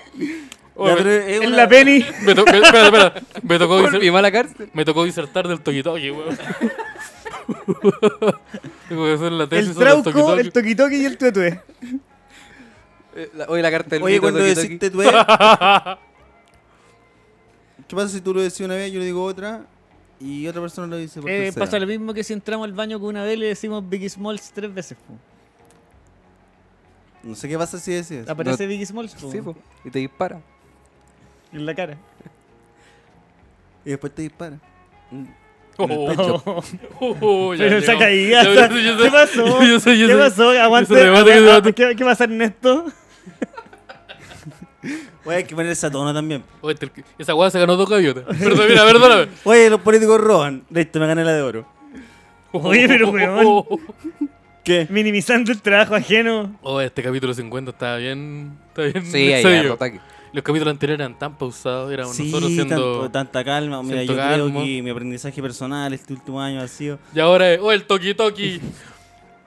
Speaker 3: Ya, pero es una-
Speaker 4: la penny.
Speaker 2: Me, to- me- espera, espera. Me tocó, diser-
Speaker 1: Volvimos a la cárcel.
Speaker 2: me tocó disertar del toquitoqui, weón. Tengo que hacer la tesis
Speaker 4: El
Speaker 2: sobre
Speaker 4: trauco, el
Speaker 2: toquitoqui.
Speaker 4: toquitoqui y el tuetue.
Speaker 1: Eh, la- Oye, la carta del
Speaker 3: Oye,
Speaker 1: mito
Speaker 3: cuando
Speaker 1: Toki-toki.
Speaker 3: deciste tú ¿Qué pasa si tú lo decís una vez, yo lo digo otra y otra persona lo dice por
Speaker 4: Eh,
Speaker 3: tercera?
Speaker 4: pasa lo mismo que si entramos al baño con una vez y le decimos Biggie Smalls tres veces. po.
Speaker 3: No sé qué pasa si decís.
Speaker 4: Aparece Biggie Smalls po,
Speaker 1: Sí, po. Y te dispara.
Speaker 4: en la cara.
Speaker 3: Y después te dispara.
Speaker 2: Oh, oh, oh, ya
Speaker 4: Pero esa
Speaker 2: llegamos.
Speaker 4: caída,
Speaker 2: Ya,
Speaker 4: esa-
Speaker 2: yo sé- yo
Speaker 4: ¿qué
Speaker 2: sé-
Speaker 4: pasó?
Speaker 2: yo sé- yo
Speaker 4: ¿Qué
Speaker 2: sé-
Speaker 4: pasó? Aguante.
Speaker 2: ese debate que se
Speaker 4: agua-
Speaker 2: va a-
Speaker 4: ¿Qué, ¿Qué pasa en esto?
Speaker 3: Oye, hay que poner esa tono también.
Speaker 2: Oye, te- Esa weá se ganó dos gaviotas. Perdón, mira, perdóname.
Speaker 3: Oye, los políticos roban. Listo, me gané la de oro.
Speaker 4: Oye, pero,
Speaker 2: Oh,
Speaker 4: weón.
Speaker 3: ¿Qué?
Speaker 4: Minimizando el trabajo ajeno.
Speaker 2: Oh, este capítulo 50 está bien. Está bien.
Speaker 1: Sí, ahí
Speaker 2: serio.
Speaker 1: harto ataque.
Speaker 2: Los capítulos anteriores eran tan pausados, era
Speaker 3: Sí,
Speaker 2: nosotros siendo.
Speaker 3: tanto- tanta calma. Mira,
Speaker 2: siento
Speaker 3: yo
Speaker 2: calmo.
Speaker 3: creo que mi aprendizaje personal este último año ha sido.
Speaker 2: Y ahora es, oh, el toki toki.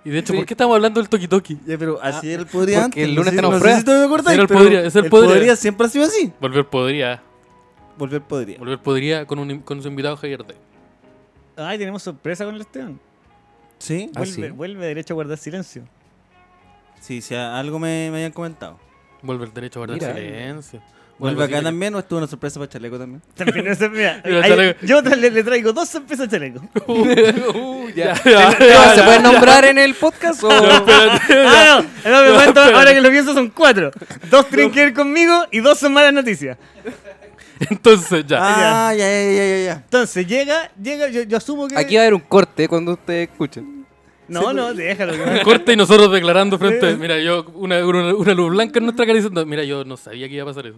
Speaker 2: Y de hecho,
Speaker 1: Sí.
Speaker 2: ¿por qué estamos hablando del toki toki?
Speaker 3: Ya, pero así era el podría
Speaker 1: porque
Speaker 3: antes.
Speaker 1: el
Speaker 3: no
Speaker 1: lunes
Speaker 3: sé-
Speaker 1: tenemos
Speaker 3: no sé
Speaker 1: prueba.
Speaker 3: si te acordás,
Speaker 2: Era el
Speaker 3: pero
Speaker 2: podría, es el podría.
Speaker 3: siempre ha sido así.
Speaker 2: Volver podría.
Speaker 3: Volver podría.
Speaker 2: Volver podría con, un, con su invitado Javier Day.
Speaker 4: Ay, tenemos sorpresa con el Esteban.
Speaker 3: ¿Sí?
Speaker 1: Ah,
Speaker 4: Vuelve,
Speaker 1: sí.
Speaker 4: vuelve derecho a guardar silencio.
Speaker 3: Sí, sí, a- algo me, me habían comentado.
Speaker 2: Vuelve el derecho a
Speaker 1: Mira.
Speaker 2: guardar silencio.
Speaker 3: ¿Vuelve acá
Speaker 2: Algo así que-
Speaker 3: también o estuvo una sorpresa para Chaleco también?
Speaker 4: También eso, mira,
Speaker 2: Mira,
Speaker 4: hay-
Speaker 2: chaleco.
Speaker 4: yo tra- le, le traigo dos sorpresas a Chaleco.
Speaker 1: Uh, ya.
Speaker 2: Ya, ya,
Speaker 1: ¿Se
Speaker 2: ya.
Speaker 1: pueden nombrar en el podcast o...?
Speaker 4: Ah, no, no, me cuento, ahora que lo pienso son cuatro. Dos tienen que ver conmigo y dos son malas noticias.
Speaker 2: Entonces, ya.
Speaker 3: Ah, ya, ya, ya, ya. ya.
Speaker 4: Entonces, llega, llega, yo, yo asumo que.
Speaker 1: Aquí va a haber un corte cuando ustedes escuchen.
Speaker 4: No, no, déjalo.
Speaker 1: Ah.
Speaker 4: que-
Speaker 2: Corte y nosotros declarando frente. Mira, yo, una, una, una luz blanca en nuestra cara diciendo, mira, yo no sabía que iba a pasar eso.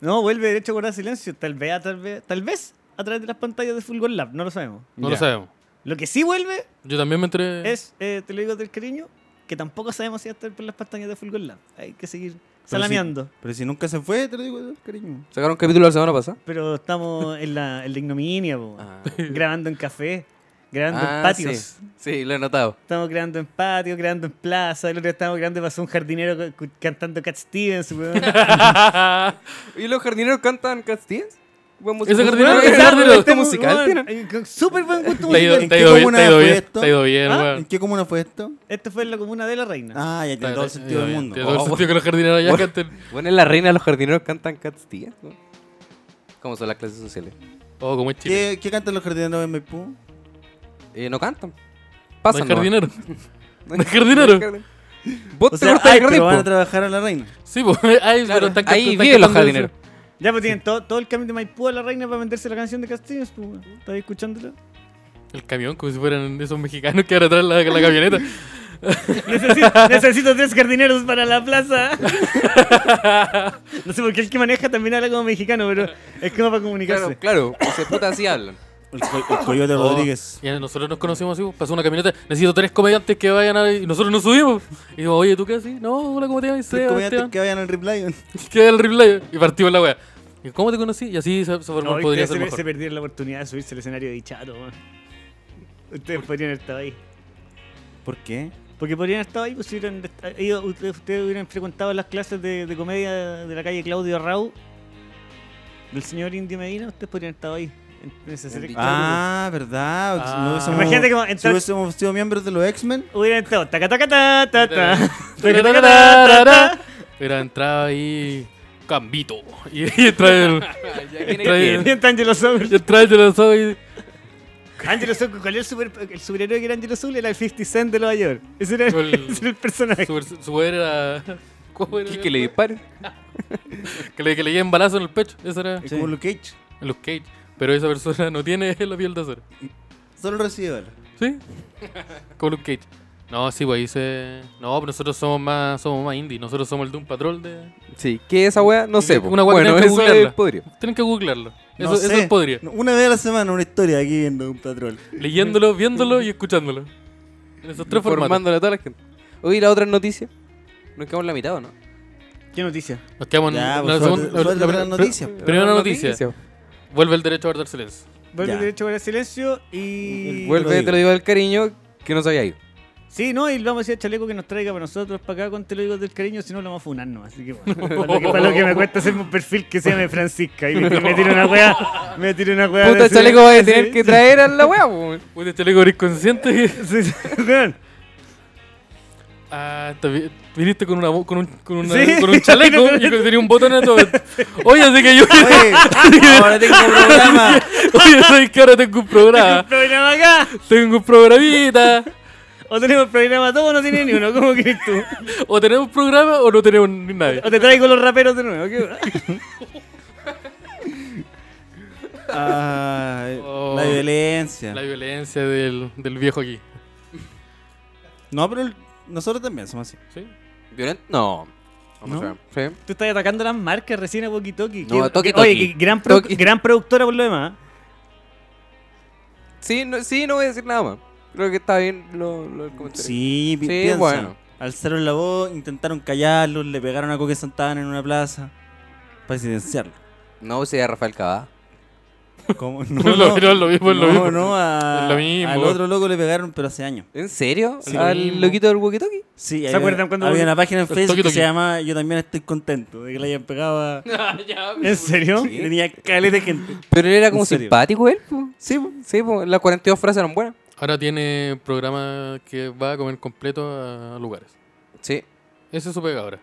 Speaker 4: No, vuelve derecho a guardar silencio. Tal vez, tal vez, tal vez a través de las pantallas de Fulgor Lab, no lo sabemos.
Speaker 2: No
Speaker 3: Ya.
Speaker 2: lo sabemos.
Speaker 4: Lo que sí vuelve
Speaker 2: Yo también me enteré.
Speaker 4: es, eh, te lo digo del cariño, que tampoco sabemos si va a estar por las pantallas de Fulgor Lab. Hay que seguir
Speaker 3: Pero
Speaker 4: salameando.
Speaker 3: si- Pero si nunca se fue, te lo digo, cariño.
Speaker 1: Sacaron capítulo la semana pasada.
Speaker 4: Pero estamos en la, en la ignominia, po. grabando en café, grabando en
Speaker 1: Ah,
Speaker 4: patios.
Speaker 1: Sí. Sí, lo he notado.
Speaker 4: Estamos creando en patio, creando en plaza. El otro día estábamos creando y pasó un jardinero cu- cu- cantando Cat Stevens, weón.
Speaker 1: ¿Y los jardineros cantan Cat Stevens? Buen este músico.
Speaker 2: Ese jardinero-
Speaker 1: Buen
Speaker 2: ese jardinero-
Speaker 1: gusto musical
Speaker 4: Weón,
Speaker 1: tiene.
Speaker 4: eh, con Súper buen gusto
Speaker 2: Te ha ido
Speaker 4: musical.
Speaker 3: ¿En
Speaker 2: te ha
Speaker 3: qué
Speaker 2: ido bien,
Speaker 3: comuna
Speaker 2: te ha ido
Speaker 3: fue
Speaker 2: bien,
Speaker 3: esto?
Speaker 2: te ha ido bien,
Speaker 4: ¿Ah?
Speaker 2: weón.
Speaker 3: ¿En qué comuna fue esto?
Speaker 4: Esto fue en la comuna de la reina.
Speaker 3: Ah, ya tiene todo el sentido del mundo.
Speaker 2: Tiene todo el
Speaker 1: Oh,
Speaker 2: sentido que los jardineros ya
Speaker 1: Bueno.
Speaker 2: canten.
Speaker 1: Bueno, en la reina los jardineros cantan Cat Stevens. ¿no? ¿Cómo son las clases sociales?
Speaker 2: Oh, como es Chile.
Speaker 3: ¿Qué, ¿Qué cantan los jardineros en Maipú?
Speaker 1: Eh, no cantan.
Speaker 2: No hay
Speaker 1: Pasan. nomás.
Speaker 2: jardinero.
Speaker 1: No
Speaker 2: hay jardinero.
Speaker 1: Vos
Speaker 3: O
Speaker 1: te
Speaker 3: sea,
Speaker 1: cortas
Speaker 3: ay,
Speaker 1: el jardín.
Speaker 3: pero van a
Speaker 1: po.
Speaker 3: trabajar a la reina.
Speaker 2: Sí, pues. Ahí, pero están
Speaker 1: ahí
Speaker 2: cantando-
Speaker 1: viven los
Speaker 2: están cantando
Speaker 1: jardineros.
Speaker 2: eso.
Speaker 4: Ya, pues tienen todo, todo el camino de Maipú a la reina para venderse la canción de Cat Stevens, pues, weón. ¿Estás escuchándolo?
Speaker 2: El camión, como si fueran esos mexicanos que ahora traen la, la camioneta.
Speaker 4: Necesito, necesito tres jardineros para la plaza. No sé por qué el que maneja también habla como mexicano, pero es como para comunicarse.
Speaker 1: Claro, claro. Pues de puta así hablan.
Speaker 3: El, co- el Coyote
Speaker 2: Oh,
Speaker 3: Rodríguez.
Speaker 2: Y a nosotros nos conocimos así, pues, pasó una camioneta, necesito tres comediantes que vayan a... Y nosotros nos subimos. Y digo, oye, ¿tú qué así? No, hola, ¿cómo este? te llamas?
Speaker 3: Los comediantes
Speaker 2: Sebastián.
Speaker 3: que vayan al Replay.
Speaker 2: ¿Qué el replay? Y partimos la wea. Y ¿cómo te conocí? Y así se, se formó,
Speaker 4: No, y
Speaker 2: podría
Speaker 4: ustedes
Speaker 2: ser
Speaker 4: se,
Speaker 2: mejor.
Speaker 4: se perdieron la oportunidad de subirse al escenario de Charo. weón. Ustedes podrían haber estado ahí.
Speaker 3: ¿Por qué?
Speaker 4: Porque podrían haber estado ahí, pues, si hubieran est- ido- ustedes, ustedes hubieran frecuentado las clases de, de comedia de la calle Claudio Rau, del señor Indio Medina, ustedes podrían haber estado ahí. en ese serie.
Speaker 3: Ah, ¿verdad?
Speaker 2: Ah.
Speaker 3: No hubiésemos-
Speaker 4: Imagínate que va a
Speaker 3: si
Speaker 4: entrar-
Speaker 3: hubiésemos sido miembros de los X-Men.
Speaker 4: Hubiera entrado. Ah, Taca, taca, ta, ta, ta.
Speaker 2: Taca, taca, ta, ta, ta. Hubiera entrado ahí. Cambito. Y, y trae el. trae
Speaker 4: Y
Speaker 2: el.
Speaker 4: entra Angelo Soul.
Speaker 2: y trae el dinosaurio y-
Speaker 4: Angelo Soul, ¿cuál era el, super, el superhéroe que era Angelo Soul? Era el 50 Cent de Nueva York. Ese era,
Speaker 2: El-
Speaker 4: ese era el personaje.
Speaker 2: Su, su- su poder era. ¿Cómo era?
Speaker 1: Que le disparen.
Speaker 2: Que le, que le lleguen balazo en el pecho. Eso era
Speaker 3: Es como Luke Cage.
Speaker 2: Luke Cage. Pero esa persona no tiene la piel de acero.
Speaker 3: Solo recibe balas.
Speaker 2: ¿Sí? Como Luke Cage. No, sí, güey. se- No, pero nosotros somos más, somos más indie. Nosotros somos el Doom Patrol de.
Speaker 1: Sí, ¿qué es esa weá? No sé. po.
Speaker 2: Una weá que
Speaker 1: bueno,
Speaker 2: tenés que
Speaker 1: eso
Speaker 2: googlearla.
Speaker 1: es podrido.
Speaker 2: Tienen que googlearlo. Eso,
Speaker 3: No
Speaker 2: eso
Speaker 3: sé.
Speaker 2: es podría.
Speaker 3: Una vez a la semana una historia aquí viendo un patrón.
Speaker 2: Leyéndolo, viéndolo y escuchándolo. En esos tres formatos.
Speaker 1: Informándole a toda la gente. Oye, la otra noticia. Nos quedamos en la mitad, ¿o no?
Speaker 4: ¿Qué noticia?
Speaker 2: Nos quedamos en
Speaker 3: Ya,
Speaker 2: la
Speaker 3: pues,
Speaker 2: segunda-
Speaker 3: suelta- suelta
Speaker 2: la-
Speaker 3: primera
Speaker 2: la-
Speaker 3: noticia.
Speaker 2: pri- Primera noticia. Vuelve el derecho a guardar silencio.
Speaker 4: Vuelve
Speaker 3: Ya.
Speaker 4: derecho para el silencio y.
Speaker 1: Vuelve, te lo digo al cariño, que no sabía yo.
Speaker 4: Sí, no, y le vamos a decir a Chaleco que nos traiga para nosotros para acá con Te lo digo del cariño, si no lo vamos a funar, ¿no? Así que bueno. para, lo que, para lo que me cuesta hacerme un perfil que se llame Francisca y me, me tiro una wea. Me tiro una wea.
Speaker 1: Puta,
Speaker 4: de-
Speaker 1: el chaleco va a
Speaker 4: así-
Speaker 1: tener que traer a la weá, po, weón.
Speaker 2: Uy, de chaleco eres consciente que-
Speaker 4: Sí, sí, weón.
Speaker 2: Ah, te vi- viniste con, una, bo- con, un, con, una-
Speaker 4: Sí.
Speaker 2: con un chaleco y que tenía un botón en tu Oye, así que yo.
Speaker 3: Oye, ahora tengo un programa.
Speaker 2: Oye, sabes que ahora tengo un programa.
Speaker 4: Programa acá.
Speaker 2: Tengo un programita.
Speaker 4: O tenemos programa todo o no tiene ni uno. ¿Cómo quieres tú?
Speaker 2: O tenemos un programa o no tenemos ni nadie.
Speaker 4: O te traigo los raperos de nuevo. ¿qué?
Speaker 3: Ay,
Speaker 2: Oh.
Speaker 3: Ah, eh, La violencia.
Speaker 2: La violencia del, del viejo aquí.
Speaker 3: No, pero el- nosotros también somos así.
Speaker 2: ¿Sí?
Speaker 1: ¿Violento? No.
Speaker 3: ¿No?
Speaker 1: Vamos a ver. Sí.
Speaker 4: Tú estás atacando las marcas recién a Walkie Talkie.
Speaker 1: No,
Speaker 4: Qué-
Speaker 1: Toki
Speaker 4: Oye,
Speaker 1: Toki.
Speaker 4: qué gran, produ-
Speaker 1: Toki.
Speaker 4: gran productora por lo demás.
Speaker 1: Sí, no, sí, no voy a decir nada más. Creo que está bien lo, lo del comentario.
Speaker 3: Sí,
Speaker 1: Sí,
Speaker 3: pi- piensa.
Speaker 1: bueno.
Speaker 3: Alzaron la voz, intentaron callarlo, le pegaron a Coque Santana en una plaza para silenciarlo.
Speaker 1: No, sea Rafael Cabá.
Speaker 3: ¿Cómo?
Speaker 2: No, no, no, Pues lo mismo, es lo
Speaker 3: no,
Speaker 2: mismo.
Speaker 3: no, a-
Speaker 2: Es lo mismo.
Speaker 3: al otro loco le pegaron, pero hace años.
Speaker 1: ¿En serio?
Speaker 3: Sí.
Speaker 1: ¿Al loquito del walkie talkie?
Speaker 3: Sí,
Speaker 4: ¿Se
Speaker 3: había-
Speaker 4: acuerdan cuando-
Speaker 3: había una página en
Speaker 2: Toki,
Speaker 3: Facebook que
Speaker 2: toki.
Speaker 3: se llama Yo también estoy contento de que le hayan pegado a...
Speaker 4: ¿En serio?
Speaker 3: Y Tenía caleta de gente.
Speaker 1: Pero él era
Speaker 3: ¿En
Speaker 1: como
Speaker 3: serio?
Speaker 1: simpático, él. po. Sí, po. sí po. las 42 frases eran buenas.
Speaker 2: Ahora tiene programa que va a comer completo a lugares.
Speaker 1: Sí.
Speaker 2: Ese es su pega ahora.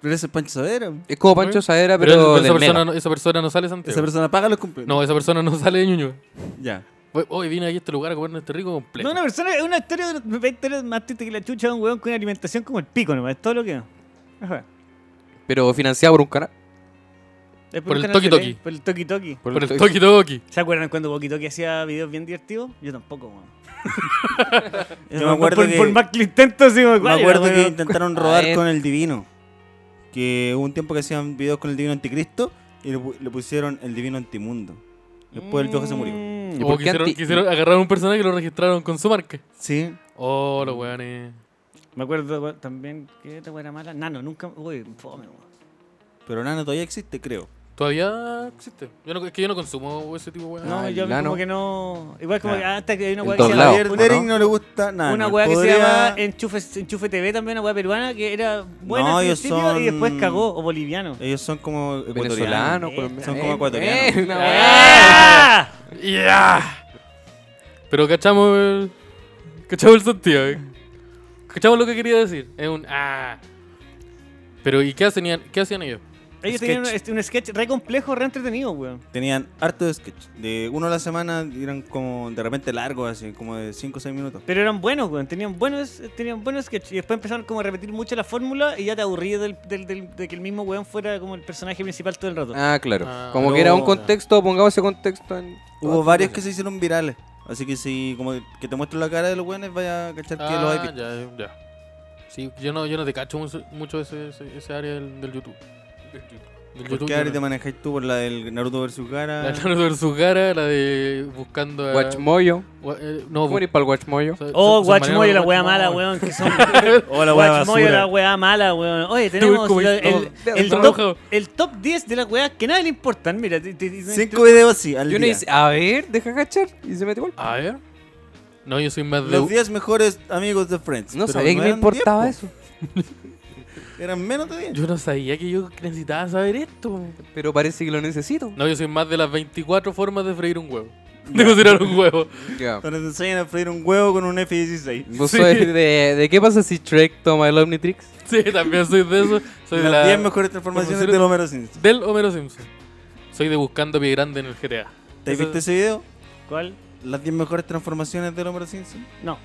Speaker 3: Pero ese es Pancho Saavedra.
Speaker 1: Es como Pancho Saera,
Speaker 2: Pero,
Speaker 1: pero.
Speaker 2: esa- pero esa,
Speaker 1: del
Speaker 2: persona,
Speaker 1: Mega.
Speaker 2: no- esa persona no sale de Santiago.
Speaker 3: Esa persona paga los cumpleaños.
Speaker 2: No, esa persona no sale de Ñuñoa.
Speaker 3: Ya.
Speaker 2: Hoy- Hoy vine aquí a este lugar a comerme este rico completo.
Speaker 4: No, una persona, es una historia, de- una historia más triste que la chucha de un weón con una alimentación como el pico nomás, es todo lo que. Ajá.
Speaker 1: Pero financiado por un canal.
Speaker 4: Es
Speaker 2: Por
Speaker 4: un
Speaker 2: el
Speaker 4: canal
Speaker 2: Toki
Speaker 4: de-
Speaker 2: Toki.
Speaker 4: Por el Toki Toki.
Speaker 2: Por el toki toki.
Speaker 4: ¿Se acuerdan cuando Walkie Toki hacía videos bien divertidos? Yo tampoco, weón.
Speaker 3: Yo
Speaker 4: Yo
Speaker 3: me acuerdo
Speaker 4: por,
Speaker 3: que,
Speaker 4: por más que lo intento, sí,
Speaker 3: me acuerdo que intentaron
Speaker 1: Ah,
Speaker 3: robar
Speaker 1: eh.
Speaker 3: con el Divino. Que hubo un tiempo que hacían videos con el Divino Anticristo y le, pu- le pusieron el Divino Antimundo. Después el viejo se murió.
Speaker 1: ¿Y
Speaker 2: O
Speaker 1: por qué
Speaker 2: quisieron,
Speaker 1: anti-
Speaker 2: quisieron agarrar a un personaje y lo registraron con su marca.
Speaker 3: Sí.
Speaker 2: Oh, los weones.
Speaker 4: Me acuerdo weón, también que esta weá era mala. Nano, nunca. Uy, fome, weón.
Speaker 3: Pero Nano todavía existe, creo.
Speaker 2: Todavía existe. Yo no, es que yo no consumo ese tipo de weón.
Speaker 4: No,
Speaker 1: Ay,
Speaker 4: yo
Speaker 1: Nano.
Speaker 4: como que no. Igual como
Speaker 3: Ah.
Speaker 4: que hasta que hay una
Speaker 1: El
Speaker 4: weá que se
Speaker 1: doblado.
Speaker 4: llama.
Speaker 3: Javier
Speaker 2: pues.
Speaker 1: ¿o
Speaker 3: Dering
Speaker 1: no?
Speaker 3: no le gusta nada.
Speaker 4: Una weá que se llama Enchufe, Enchufe TV también, una weá peruana que era buena
Speaker 3: No,
Speaker 4: al
Speaker 3: ellos
Speaker 4: principio y después
Speaker 3: son-
Speaker 4: cagó, o boliviano.
Speaker 3: Ellos son como
Speaker 1: Venezolano,
Speaker 3: ecuatorianos.
Speaker 1: colombiano.
Speaker 3: Son como
Speaker 1: Eh,
Speaker 3: ecuatorianos.
Speaker 1: eh, una weá.
Speaker 3: Eh,
Speaker 4: ¡Ah!
Speaker 2: ¡Yeah! Pero cachamos el. Cachamos el sentido, eh. Cachamos lo que quería decir. Es un. ¡Ah! Pero ¿y qué hacían, qué hacían ellos?
Speaker 4: Ellos
Speaker 3: Sketch.
Speaker 4: tenían un, este, un sketch re complejo, re entretenido, weón.
Speaker 3: Tenían harto de sketch. De uno a la semana eran como de repente largos, así como de 5 o 6 minutos.
Speaker 4: Pero eran buenos, weón. Tenían buenos, tenían buenos sketch. Y después empezaron como a repetir mucho la fórmula y ya te aburrías del, del- del- de que el mismo weón fuera como el personaje principal todo el rato.
Speaker 1: Ah, claro.
Speaker 2: Ah,
Speaker 1: como
Speaker 2: pero-
Speaker 1: que era un contexto, pongamos ese contexto en.
Speaker 3: Hubo varios que se hicieron virales. Así que si como que te muestro la cara de los buenos, vaya a cachar que los hay
Speaker 2: Ah,
Speaker 3: visto.
Speaker 2: ya, ya. Sí, yo no, yo no te cacho mucho, mucho ese, ese, ese área del, del YouTube. Del
Speaker 3: ¿Por qué
Speaker 2: yo
Speaker 3: área
Speaker 2: no.
Speaker 3: te manejáis tú? ¿Por la del Naruto vs.
Speaker 2: La
Speaker 3: Gara?
Speaker 2: de Naruto versus Gara, la de buscando a...
Speaker 1: Guachmoyo.
Speaker 2: Gua- eh, no,
Speaker 1: ¿Cómo
Speaker 2: bu-
Speaker 1: para el Guachmoyo?
Speaker 2: se-
Speaker 4: oh,
Speaker 2: se- se
Speaker 4: Guachmoyo,
Speaker 2: manejan
Speaker 4: la
Speaker 2: los
Speaker 4: weá mala,
Speaker 2: Guachmoy.
Speaker 4: weón. Que son.
Speaker 3: O la wea
Speaker 4: Guachmoyo, la
Speaker 3: basura.
Speaker 4: weá mala, weón. Oye, tenemos
Speaker 2: como
Speaker 4: la-
Speaker 2: el-
Speaker 4: el,
Speaker 1: no,
Speaker 4: el
Speaker 2: no,
Speaker 4: top,
Speaker 2: no.
Speaker 4: el top 10 de las weas que a nadie le importan. Mira, te- te- te-
Speaker 3: Cinco videos así al
Speaker 1: Yo no
Speaker 3: día.
Speaker 1: dice, a ver, deja cachar. Y se mete gol.
Speaker 2: A ver. No, yo soy más de...
Speaker 3: Los 10 mejores amigos de Friends.
Speaker 1: No
Speaker 3: pero
Speaker 1: sabía que me
Speaker 3: eran
Speaker 1: importaba
Speaker 3: 10,
Speaker 1: eso.
Speaker 3: po. Eran menos de 10.
Speaker 2: Yo no sabía que yo necesitaba saber esto.
Speaker 1: Pero parece que lo necesito.
Speaker 2: No, yo soy más de las 24 formas de freír un huevo. De cocinar un huevo.
Speaker 1: Ya.
Speaker 3: Donde te enseñan a freír un huevo con un F-16.
Speaker 1: ¿Vos
Speaker 2: Sí.
Speaker 1: sois de, de qué pasa si Trek toma el Omnitrix?
Speaker 2: Sí, también soy de eso. Soy de
Speaker 3: Las
Speaker 2: la,
Speaker 3: 10 mejores transformaciones
Speaker 2: Conocer-
Speaker 3: de Homero Simpson.
Speaker 2: del Homero Simpson. Soy de buscando pie grande en el GTA.
Speaker 3: ¿Te
Speaker 2: Eso-
Speaker 3: viste ese video?
Speaker 4: ¿Cuál?
Speaker 3: Las 10 mejores transformaciones de Homero Simpson.
Speaker 4: No.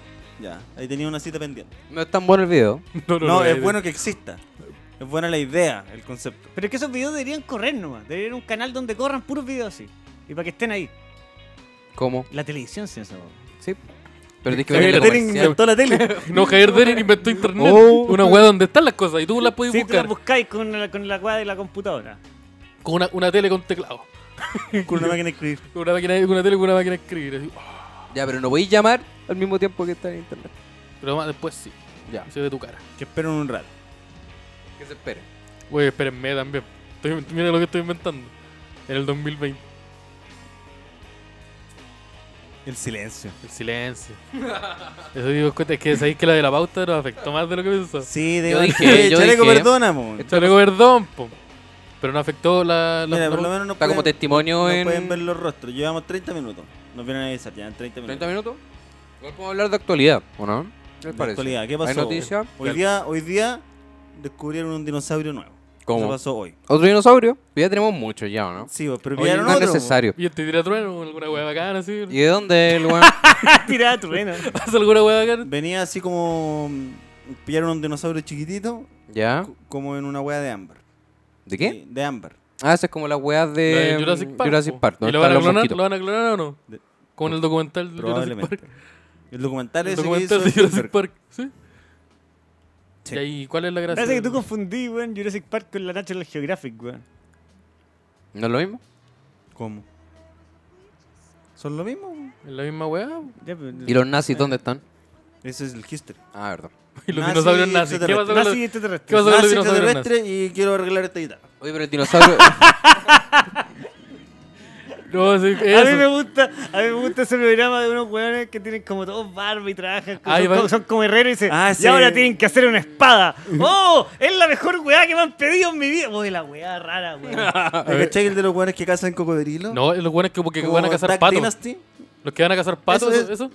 Speaker 3: Ya, ahí tenía una cita pendiente.
Speaker 1: No es tan bueno el video.
Speaker 3: No,
Speaker 2: No, no, no,
Speaker 3: es
Speaker 2: eh,
Speaker 3: bueno que exista. Es buena la idea, el concepto.
Speaker 4: Pero es que esos videos deberían correr nomás. Debería haber un canal donde corran puros videos así. Y para que estén ahí.
Speaker 1: ¿Cómo?
Speaker 4: La televisión sin eso.
Speaker 1: Sí. Pero tienes que
Speaker 2: Javier
Speaker 1: ver el
Speaker 2: Derin
Speaker 1: comercial.
Speaker 3: la tele.
Speaker 2: No, Javier Derin inventó internet.
Speaker 1: Oh.
Speaker 2: Una hueá donde están las cosas y tú las puedes
Speaker 4: Si tú la
Speaker 2: buscar.
Speaker 4: buscáis con la, con la weá de la computadora.
Speaker 2: con una, una tele con teclado.
Speaker 3: Con una máquina de escribir.
Speaker 2: Con una, máquina, con una tele con una máquina de escribir. así. Oh,
Speaker 1: Ya, pero no podéis llamar al mismo tiempo que está en internet.
Speaker 2: Pero más después sí.
Speaker 1: Ya.
Speaker 2: Se ve tu cara.
Speaker 3: Que espero en un rato.
Speaker 1: Que se espere.
Speaker 2: Güey, espérenme también. Estoy- mira lo que estoy inventando. En el 2020.
Speaker 3: El silencio.
Speaker 2: El silencio. Eso digo, cuenta, es que sabéis que la de la pauta nos afectó más de lo que pensaba.
Speaker 3: Sí, de
Speaker 1: Yo
Speaker 3: verdad.
Speaker 1: dije, yo
Speaker 3: Chaleco,
Speaker 1: dije.
Speaker 3: perdona, mo.
Speaker 2: Te lo perdón, po. Pero no afectó la. la
Speaker 3: Mira, por
Speaker 2: no-
Speaker 3: lo menos nos
Speaker 1: Está como
Speaker 3: pueden,
Speaker 1: testimonio
Speaker 3: nos
Speaker 1: en.
Speaker 3: pueden ver los rostros. Llevamos 30 minutos. Nos vienen a avisar ya en 30 minutos.
Speaker 1: 30 minutos. Igual podemos hablar de actualidad, ¿o no? ¿Qué les
Speaker 3: De
Speaker 1: parece?
Speaker 3: actualidad, ¿qué
Speaker 1: ¿Hay
Speaker 3: pasó?
Speaker 1: noticia?
Speaker 3: Hoy día, hoy día descubrieron un dinosaurio nuevo. Eso
Speaker 1: ¿Cómo?
Speaker 3: pasó hoy.
Speaker 1: ¿Otro dinosaurio? Pues Ya tenemos muchos ya, ¿o ¿no?
Speaker 3: Sí, pues, pero
Speaker 1: Oye,
Speaker 3: pillaron
Speaker 1: no es
Speaker 3: otro, po.
Speaker 1: necesario.
Speaker 2: Y este tira trueno, alguna hueá bacana, así.
Speaker 1: ¿Y de dónde el weón?
Speaker 4: Tirada trueno.
Speaker 2: Hace alguna hueá bacana.
Speaker 3: Venía así como. mm, Pillaron un dinosaurio chiquitito,
Speaker 1: ¿Ya?
Speaker 3: co- como en una hueá de ámbar.
Speaker 1: ¿De qué?
Speaker 3: Sí, De ámbar.
Speaker 1: Ah, esa es como la weá
Speaker 2: La
Speaker 1: de mm,
Speaker 2: de Jurassic Park. po.
Speaker 1: ¿no?
Speaker 2: ¿Y lo van,
Speaker 1: Están
Speaker 2: a
Speaker 1: los
Speaker 2: clonar,
Speaker 1: mosquitos.
Speaker 2: lo van a clonar o no?
Speaker 3: De-
Speaker 2: Como en el documental de Jurassic
Speaker 3: Probablemente.
Speaker 2: Park.
Speaker 3: El documental
Speaker 2: El
Speaker 3: ese
Speaker 2: documental
Speaker 3: que
Speaker 2: de
Speaker 3: hizo
Speaker 2: Jurassic
Speaker 3: Spielberg.
Speaker 2: Park. ¿Sí?
Speaker 3: Sí.
Speaker 2: ¿Y ahí cuál es la gracia?
Speaker 4: Parece que tú confundí, weón, Jurassic Park con la National Geographic, weón.
Speaker 1: ¿No es lo mismo?
Speaker 3: ¿Cómo? ¿Son lo mismo? po?
Speaker 2: ¿Es la misma hueá?
Speaker 4: Ya, pues, pero-
Speaker 1: ¿Y los nazis dónde están?
Speaker 3: Ese es el history.
Speaker 1: Ah, verdad.
Speaker 2: Y los
Speaker 3: Nazi
Speaker 2: dinosaurios nazis. ¿Qué
Speaker 3: extraterrestre.
Speaker 2: pasó con los-
Speaker 4: Nazi
Speaker 2: ¿Qué
Speaker 4: extraterrestre.
Speaker 2: pasó con los
Speaker 3: Nazi
Speaker 2: dinosaurios nazis?
Speaker 3: extraterrestre y quiero arreglar esta guitarra.
Speaker 1: Oye, pero el dinosaurio. ah,
Speaker 2: No, sí,
Speaker 4: A mí, me
Speaker 2: eso.
Speaker 4: gusta, a mí me gusta ese programa de unos weones que tienen como todos barba y trabajan, con-
Speaker 2: Ah, y
Speaker 4: son,
Speaker 2: van-
Speaker 4: co- son como herreros y dicen,
Speaker 3: Ah,
Speaker 4: y
Speaker 3: sí.
Speaker 4: ahora tienen que hacer una espada. ¡Oh! Es la mejor weá que me han pedido en mi vida. Oye, la weá rara, weón.
Speaker 3: ¿Te ¿Cachai el de los guanes que cazan cocodrilo?
Speaker 2: No, los buenos que, que
Speaker 3: Como
Speaker 2: van a cazar
Speaker 3: Duck
Speaker 2: patos.
Speaker 3: Dynasty.
Speaker 2: Los que van a cazar patos,
Speaker 3: Eso
Speaker 2: eso.
Speaker 3: es-
Speaker 2: eso?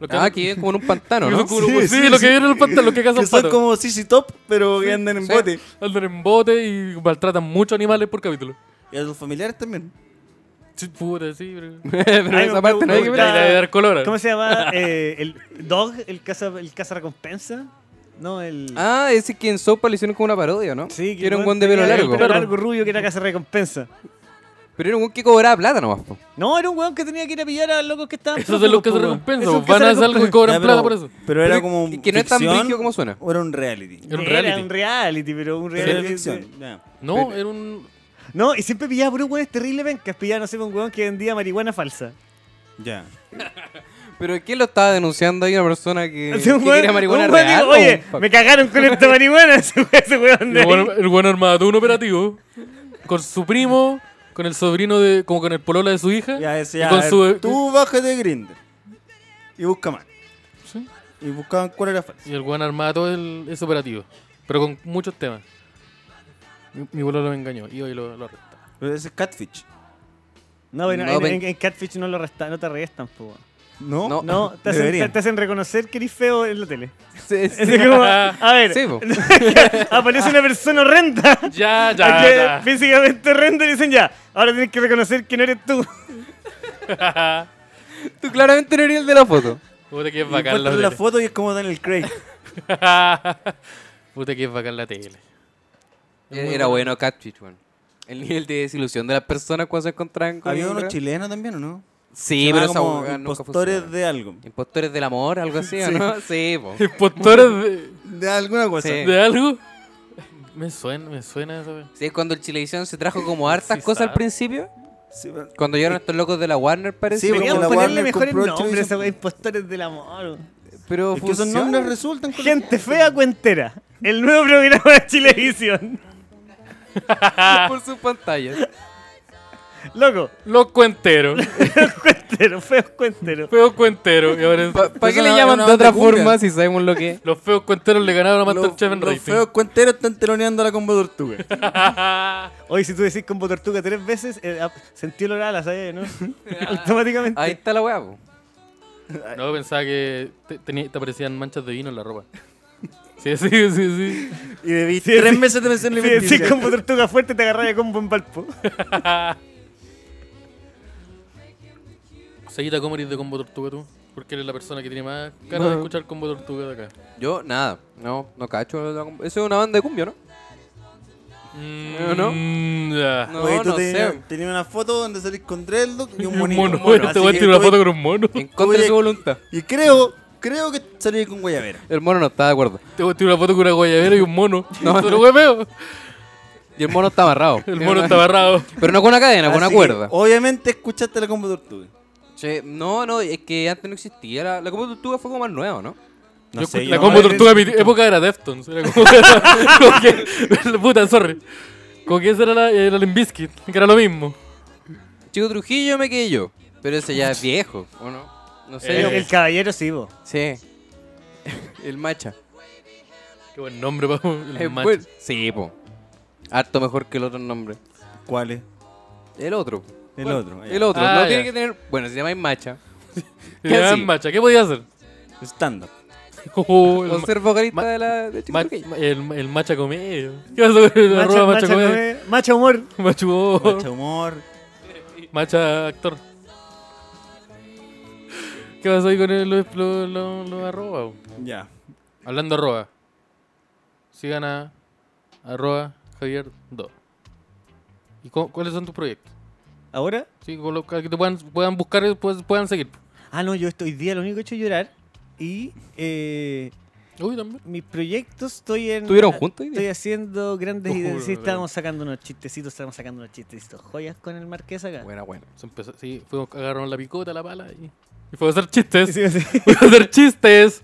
Speaker 2: Los que
Speaker 1: ah,
Speaker 2: van-
Speaker 1: aquí es como en un pantano, ¿no?
Speaker 2: Los
Speaker 1: Sí,
Speaker 2: curugus- sí, los que vienen en el pantano, los que cazan
Speaker 3: Que son
Speaker 2: patos.
Speaker 3: como CC Top, pero que andan en
Speaker 2: Sí,
Speaker 3: bote.
Speaker 2: Andan en bote y maltratan muchos animales por capítulo.
Speaker 3: Y a los familiares también.
Speaker 2: Sí, Puta, sí, pero.
Speaker 1: pero
Speaker 4: Ay,
Speaker 1: esa
Speaker 4: me-
Speaker 1: parte
Speaker 4: me
Speaker 1: no hay que
Speaker 2: Y
Speaker 1: ver.
Speaker 4: gusta-
Speaker 2: la de dar color. ¿eh?
Speaker 4: ¿Cómo se llama? Eh, ¿El Dog? ¿El caza, el caza recompensa? No, el...
Speaker 1: Ah, ese que en Sopa le hicieron como una parodia, ¿no?
Speaker 4: Sí,
Speaker 1: que era un buen
Speaker 4: weón
Speaker 1: de pelo
Speaker 4: tenía el
Speaker 1: largo.
Speaker 4: pelo largo rubio que era caza recompensa.
Speaker 1: Pero era un buen que cobraba plata nomás, po.
Speaker 4: No, era un weón que tenía que ir a pillar a locos que estaban.
Speaker 2: Eso es de los que se
Speaker 4: flojos, po, weón.
Speaker 2: recompensan.
Speaker 4: Esos
Speaker 2: po.
Speaker 4: que
Speaker 2: Van
Speaker 4: se
Speaker 2: a hacer algo y
Speaker 4: recompensan.
Speaker 2: cobran
Speaker 3: Ya,
Speaker 2: plata
Speaker 3: pero,
Speaker 2: por eso.
Speaker 3: pero era
Speaker 1: Pero
Speaker 3: como.
Speaker 1: que- que no es tan
Speaker 3: ficción
Speaker 1: rígido como suena.
Speaker 3: O era un reality.
Speaker 2: Era un
Speaker 4: Era
Speaker 2: reality.
Speaker 4: un reality, pero un
Speaker 3: Pero era
Speaker 4: reality.
Speaker 3: ficción. ya.
Speaker 2: No, era un.
Speaker 4: No, y siempre pillaba por un weón terrible pencas. Pillaba, no sé, un weón que vendía marihuana falsa.
Speaker 3: Ya.
Speaker 1: Pero ¿quién lo estaba denunciando? Hay una persona que,
Speaker 4: Así
Speaker 1: que quería Eh, marihuana
Speaker 4: un weón
Speaker 1: real.
Speaker 4: dijo,
Speaker 1: o un
Speaker 4: Oye,
Speaker 1: pa-
Speaker 4: me cagaron con esta marihuana. Ese weón- ese weón de
Speaker 2: El buen,
Speaker 4: ahí.
Speaker 2: el buen armado tuvo un operativo con su primo, con el sobrino de. como con el polola de su hija.
Speaker 3: Ya, ese
Speaker 2: y
Speaker 3: ya.
Speaker 2: con
Speaker 3: a ver,
Speaker 2: su-
Speaker 3: Tú bájate de Grindr. Y busca más.
Speaker 2: Sí.
Speaker 3: Y buscaban cuál era falso.
Speaker 2: Y el buen armado todo el, ese operativo. Pero con muchos temas. Mi, mi polola me engañó y hoy lo, lo arrestaba.
Speaker 3: Pero ese es Catfish.
Speaker 4: No, bueno,
Speaker 1: No,
Speaker 4: en,
Speaker 1: ven-
Speaker 4: en- en Catfish no, lo resta, no te arrestan, po. weón.
Speaker 3: No.
Speaker 1: No.
Speaker 4: No, te hacen,
Speaker 3: Deberían.
Speaker 4: te- te hacen reconocer que eres feo en la tele.
Speaker 1: Sí,
Speaker 4: Es
Speaker 1: sí.
Speaker 4: como, a ver,
Speaker 1: Sí, po.
Speaker 4: aparece una persona horrenda.
Speaker 2: Ya,
Speaker 4: que
Speaker 2: ya,
Speaker 4: físicamente horrenda y dicen ya. Ahora tienes que reconocer que no eres tú.
Speaker 2: ya.
Speaker 1: Tú claramente no eres el de la foto.
Speaker 2: Puta que es
Speaker 3: Y
Speaker 2: bacán la
Speaker 3: encuentran la
Speaker 2: tele.
Speaker 3: foto y es como Daniel Craig.
Speaker 2: Puta que es bacán la tele. Es muy
Speaker 1: Era
Speaker 2: bueno.
Speaker 1: bueno Catfish, weón. El nivel de desilusión de las personas cuando se encontraban con
Speaker 3: Había
Speaker 1: el
Speaker 3: unos
Speaker 1: real.
Speaker 3: chilenos también, ¿o no?
Speaker 1: Sí,
Speaker 3: Se
Speaker 1: pero
Speaker 3: llamaba
Speaker 1: esa
Speaker 3: como
Speaker 1: weá nunca
Speaker 3: impostores
Speaker 1: funciona.
Speaker 3: de algo.
Speaker 1: Impostores del amor, algo así, ¿o no? Sí, po.
Speaker 2: Impostores
Speaker 3: De alguna cosa.
Speaker 1: Sí.
Speaker 2: de, de algo. Me suena, me suena esa wea.
Speaker 1: Sí, cuando el Chilevisión se trajo como hartas
Speaker 2: Sí,
Speaker 1: cosas al
Speaker 2: sabe.
Speaker 1: principio.
Speaker 3: Sí, pero-
Speaker 1: Cuando llegaron estos locos de la Warner, parece.
Speaker 3: Sí, porque
Speaker 4: Deberíamos
Speaker 3: la
Speaker 4: ponerle
Speaker 3: Warner
Speaker 4: mejores
Speaker 3: compró el
Speaker 4: nombres a
Speaker 3: Chilevisión.
Speaker 4: esos impostores del amor. weón.
Speaker 1: pero
Speaker 3: Es que esos
Speaker 1: funciona.
Speaker 3: nombres resultan con-
Speaker 4: Gente fea cuentera. El nuevo programa de Chilevisión.
Speaker 1: Ah. por sus pantallas.
Speaker 4: Loco,
Speaker 2: Los cuenteros.
Speaker 4: cuenteros, feos cuenteros.
Speaker 2: Feos cuenteros. Y ahora es-
Speaker 1: ¿Para
Speaker 3: Pues
Speaker 1: qué
Speaker 3: una-
Speaker 1: le llaman
Speaker 3: una
Speaker 1: de otra
Speaker 3: banda cumbia.
Speaker 1: forma si sabemos lo que es?
Speaker 2: los feos cuenteros le ganaron a
Speaker 3: Los,
Speaker 2: Masterchef en
Speaker 3: los
Speaker 2: rating.
Speaker 3: feos cuenteros están teloneando a la combo tortuga.
Speaker 4: Hoy si tú decís combo tortuga tres veces, eh, ah, sentí olor a alas, ¿sabes? ¿no? Automáticamente.
Speaker 1: Ahí está la weá, po.
Speaker 2: No, pensaba que te, tenía- te aparecían manchas de vino en la ropa. Sí, sí, sí, sí.
Speaker 3: Y debí
Speaker 4: Sí,
Speaker 3: tres
Speaker 4: sí.
Speaker 3: meses de mención
Speaker 4: Si
Speaker 3: alimenticia.
Speaker 4: decís combo tortuga fuerte, te agarras de combo en palpo.
Speaker 2: Seguita, ¿cómo eres de Combo Tortuga tú? Porque eres la persona que tiene más ganas de escuchar Combo Tortuga de acá.
Speaker 1: Yo, nada. No, no cacho. la cum- Eso es una banda de cumbia, ¿no?
Speaker 3: ¿Ah,
Speaker 2: Mm,
Speaker 1: ¿No?
Speaker 2: ya.
Speaker 1: No,
Speaker 3: Oye, tú
Speaker 1: no
Speaker 3: tenías,
Speaker 1: sé.
Speaker 3: tenías una foto donde salís con Dreadlock y un
Speaker 2: Y un
Speaker 3: monito.
Speaker 2: mono.
Speaker 3: mono,
Speaker 2: Este
Speaker 3: así
Speaker 2: weón
Speaker 3: que
Speaker 2: tiene una
Speaker 3: tú-
Speaker 2: foto con un mono.
Speaker 1: En contra de su voluntad.
Speaker 3: Y creo, creo que salí con guayabera.
Speaker 1: El mono no está de acuerdo.
Speaker 2: Este weón tiene una foto con una guayabera y un mono. No, lo weón veo.
Speaker 1: Y el mono está amarrado.
Speaker 2: El mono está amarrado.
Speaker 1: Pero no con una cadena, con
Speaker 3: Así
Speaker 1: una
Speaker 3: que,
Speaker 1: cuerda.
Speaker 3: Obviamente escuchaste la combo tortuga.
Speaker 1: Che, no, no, es que antes no existía. La, la Combo Tortuga fue como más nueva, ¿no?
Speaker 3: No
Speaker 2: Yo
Speaker 3: sé,
Speaker 2: escu- la
Speaker 3: yo
Speaker 2: Combo
Speaker 3: no-
Speaker 2: Tortuga en mi época era Deftones. Era como, como que. Puta, sorry. Como que esa era la, era Limp Bizkit, que era lo mismo.
Speaker 1: Chico Trujillo me quedé yo. Pero ese ya es viejo, ¿o no? No sé.
Speaker 4: El,
Speaker 1: yo-
Speaker 2: Eh.
Speaker 4: el caballero sí, vos.
Speaker 1: Sí. El macha.
Speaker 2: Qué buen nombre, pa' un-
Speaker 1: Eh,
Speaker 2: el macho.
Speaker 1: bueno, sí, po. Harto mejor que el otro nombre.
Speaker 3: ¿Cuál es?
Speaker 1: El otro.
Speaker 3: El
Speaker 1: Bueno,
Speaker 3: otro.
Speaker 1: El otro.
Speaker 2: Ah,
Speaker 1: no
Speaker 2: ya.
Speaker 1: tiene que tener. Bueno, si llamáis macha.
Speaker 2: Y
Speaker 1: ¿qué
Speaker 2: le dan
Speaker 1: así?
Speaker 2: macha. ¿Qué podía hacer?
Speaker 3: Stand-up.
Speaker 2: Oh, el
Speaker 1: O
Speaker 2: ma-
Speaker 1: ser vocalista
Speaker 2: ma-
Speaker 1: de la de Chico
Speaker 2: ma-
Speaker 1: Trujillo.
Speaker 2: el, el macha comedia. ¿Qué pasó con el
Speaker 4: Macha,
Speaker 2: arroba macha
Speaker 4: macha,
Speaker 2: comedia?
Speaker 4: come- macha humor.
Speaker 2: Macho,
Speaker 3: Mucho humor.
Speaker 2: macha actor. ¿Qué pasó ahí con el, los los- los- los arroba? bo?
Speaker 3: Ya.
Speaker 2: Hablando arroba. Sigan a arroba Javier 2. ¿Y cu- cuáles son tus proyectos?
Speaker 4: ¿Ahora?
Speaker 2: Sí, con lo- que te puedan, puedan buscar y puedan, puedan seguir.
Speaker 4: Ah, no, yo estoy hoy día lo único que he hecho es llorar. Y eh,
Speaker 2: Uy, también.
Speaker 4: mis proyectos estoy en.
Speaker 1: ¿Estuvieron juntos hoy día?
Speaker 4: Estoy haciendo grandes
Speaker 2: Ujú,
Speaker 4: ideas. Sí,
Speaker 2: la
Speaker 4: estábamos sacando unos chistecitos, estábamos sacando unos chistecitos. Joyas con el marqués acá.
Speaker 1: Buena, buena.
Speaker 2: Se empezó, sí, fuimos, agarraron la picota, la pala y, y fuimos a hacer chistes.
Speaker 4: Sí, sí.
Speaker 2: Fuimos a hacer chistes.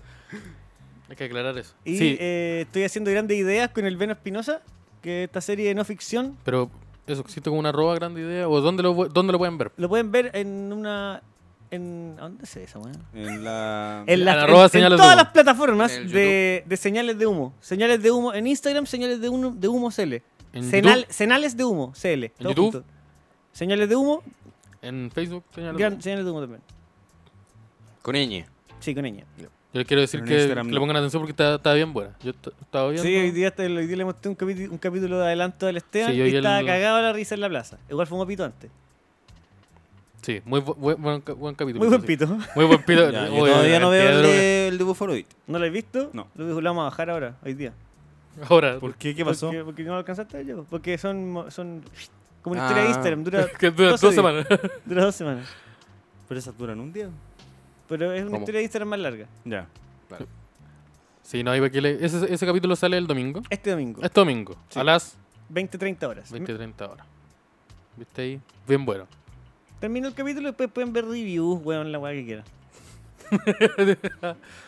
Speaker 2: Hay que aclarar eso.
Speaker 4: Y
Speaker 2: sí,
Speaker 4: eh, estoy haciendo grandes ideas con el Veno Espinosa, que esta serie de no ficción
Speaker 2: pero eso existe como una arroba grande idea. ¿O dónde lo, pu- dónde lo pueden ver?
Speaker 4: lo pueden ver en una. En, ¿a ¿Dónde se ve esa weá?
Speaker 3: En la...
Speaker 4: En, las-
Speaker 2: En arroba
Speaker 4: en- en
Speaker 2: señales de
Speaker 4: todas
Speaker 2: humo.
Speaker 4: las plataformas
Speaker 1: En el
Speaker 4: de, de señales de humo. Señales de humo en Instagram, señales de humo, de humo CL.
Speaker 2: En
Speaker 4: Senal-
Speaker 2: YouTube?
Speaker 4: Senales de humo, CL. todo
Speaker 2: YouTube?
Speaker 4: junto. Señales de humo,
Speaker 2: En Facebook. señalando.
Speaker 4: gran- señales de humo también.
Speaker 1: Con ñ.
Speaker 4: Sí, con ella.
Speaker 2: Yo les quiero decir
Speaker 3: Pero en
Speaker 2: que,
Speaker 3: Instagram
Speaker 2: que
Speaker 3: no.
Speaker 2: le pongan atención porque está, está bien buena. Yo est- estaba bien.
Speaker 4: Sí, hoy día, hasta- hoy día le mostré un, capi- un capítulo de adelanto del Esteban
Speaker 2: Sí,
Speaker 4: y
Speaker 2: hoy el-
Speaker 4: estaba cagado la risa en la plaza. Igual fue un pito antes.
Speaker 2: Sí, muy bu- buen, buen ca- buen capítulo.
Speaker 4: Muy buen
Speaker 2: sí.
Speaker 4: pito.
Speaker 2: Muy buen pito.
Speaker 3: Ya, yo
Speaker 2: Oye,
Speaker 3: todavía no veo el
Speaker 2: Pedro,
Speaker 3: de, el de Buforoid.
Speaker 4: ¿No lo has visto?
Speaker 3: No.
Speaker 4: Lo lo vamos a bajar ahora, hoy día.
Speaker 2: Ahora.
Speaker 3: ¿Por qué? ¿Qué pasó?
Speaker 4: Porque, porque no lo alcanzaste a yo. Porque son, mo- son como una
Speaker 1: Ah.
Speaker 4: historia de Instagram. Dura,
Speaker 2: Que dura
Speaker 4: doce
Speaker 2: dos
Speaker 4: días.
Speaker 2: semanas.
Speaker 4: dura dos semanas.
Speaker 3: Pero esas duran un día.
Speaker 4: Pero es una
Speaker 1: ¿Cómo?
Speaker 4: historia de Instagram más larga.
Speaker 3: Ya.
Speaker 2: Sí, no, iba que le- ese, ese capítulo sale el domingo.
Speaker 4: Este domingo,
Speaker 2: Este domingo. A las
Speaker 4: 20-30 horas.
Speaker 2: 20, 30 horas. ¿Viste ahí? Bien bueno.
Speaker 4: Termina el capítulo y después pueden ver reviews, weón, la weá que quieran.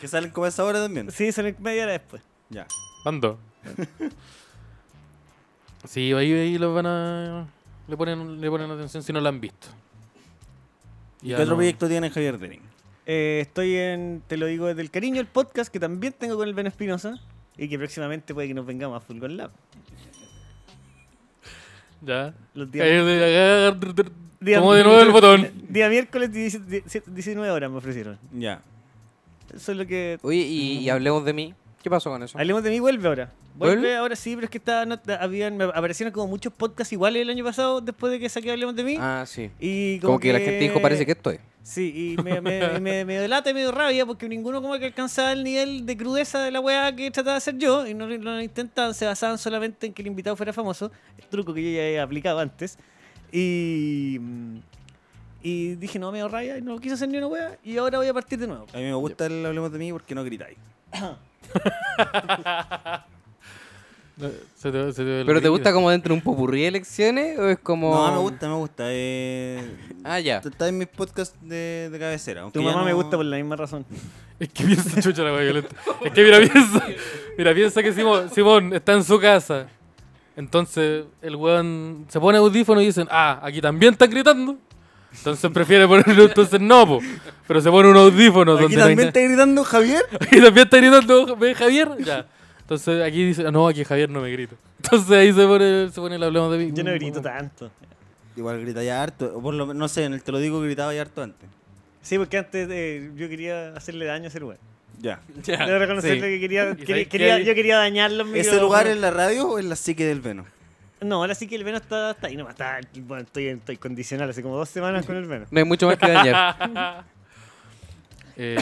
Speaker 3: Que salen como a esa hora también.
Speaker 4: Sí, salen media hora después.
Speaker 3: Ya.
Speaker 2: Ando. sí, ahí, ahí los van a. Le ponen, le ponen atención si no lo han visto.
Speaker 3: ¿Y
Speaker 2: Ya
Speaker 3: qué otro
Speaker 2: no-
Speaker 3: proyecto tiene Javier Dering?
Speaker 4: Eh, estoy en, te lo digo desde el cariño, el podcast que también tengo con el Ben Espinosa y que próximamente puede que nos vengamos a Fulgor Lab.
Speaker 2: Ya.
Speaker 4: Los días,
Speaker 2: Ahí de- de- de- de-
Speaker 4: día-
Speaker 2: Como de nuevo el botón.
Speaker 4: Día miércoles 17 19 horas me ofrecieron.
Speaker 3: Ya.
Speaker 4: Eso es lo que...
Speaker 1: Oye, y, y hablemos de mí. ¿Qué pasó con eso?
Speaker 4: Hablemos de mí, vuelve ahora. Vuelve
Speaker 1: ¿Vuelve?
Speaker 4: ahora sí, pero es que estaba, no- habían, me aparecieron como muchos podcasts iguales el año pasado después de que saqué Hablemos de mí.
Speaker 1: Ah, sí.
Speaker 4: Y como,
Speaker 1: Como que la gente dijo, parece que estoy.
Speaker 4: Sí, y me, me, me, me delata y me dio rabia porque ninguno como que alcanzaba el nivel de crudeza de la weá que trataba de hacer yo y no, lo- no lo intentaban, se basaban solamente en que el invitado fuera famoso, el truco que yo ya he aplicado antes. Y, y dije, no, me dio rabia y no quise hacer ni una weá y ahora voy a partir de nuevo.
Speaker 3: A mí me gusta el Hablemos de mí porque no gritáis.
Speaker 2: Se te- se te ve el
Speaker 1: ¿Pero te
Speaker 2: brillo.
Speaker 1: gusta como dentro de un popurrí de elecciones o es como...?
Speaker 3: No, me gusta, me gusta. Eh,
Speaker 1: Ah, ya.
Speaker 3: Está en mis podcasts de, de cabecera. aunque
Speaker 4: Tu
Speaker 3: ya
Speaker 4: mamá
Speaker 3: no-
Speaker 4: me gusta por la misma razón.
Speaker 2: Es que piensa, chucha la wea violenta. Es que mira, piensa. Mira, piensa que Simón, Simón está en su casa. Entonces el weón se pone audífono y dicen, ah, aquí también están gritando. Entonces prefiere ponerlo, entonces no, po. pero se pone un audífono
Speaker 3: Aquí
Speaker 2: donde no hay
Speaker 3: también
Speaker 2: na-
Speaker 3: está gritando Javier.
Speaker 2: Aquí también está gritando ¿ve Javier. Ya. Entonces aquí dice, "Ah, no, aquí Javier no me grita. Entonces ahí se pone, se pone el hablemos de mí.
Speaker 4: Yo no grito tanto.
Speaker 3: Igual grita ya harto. O por lo men- no sé, en el te lo digo gritaba ya harto antes.
Speaker 4: Sí, porque antes eh, yo quería hacerle daño a ese lugar.
Speaker 3: Ya.
Speaker 2: Ya,
Speaker 4: Debo reconocerle
Speaker 2: sí.
Speaker 4: que quería,
Speaker 2: ¿Y
Speaker 4: quería-
Speaker 2: sabes qué
Speaker 4: quería-
Speaker 2: hay?
Speaker 4: yo quería dañarlo. en mi
Speaker 3: ¿Ese
Speaker 4: micrófono.
Speaker 3: lugar en la radio o en la psique del Veno?
Speaker 4: No, ahora sí que el veno está, está ahí nomás. Está, bueno, estoy, estoy condicional hace como dos semanas con el veno.
Speaker 1: No hay mucho más que dañar.
Speaker 2: Eh,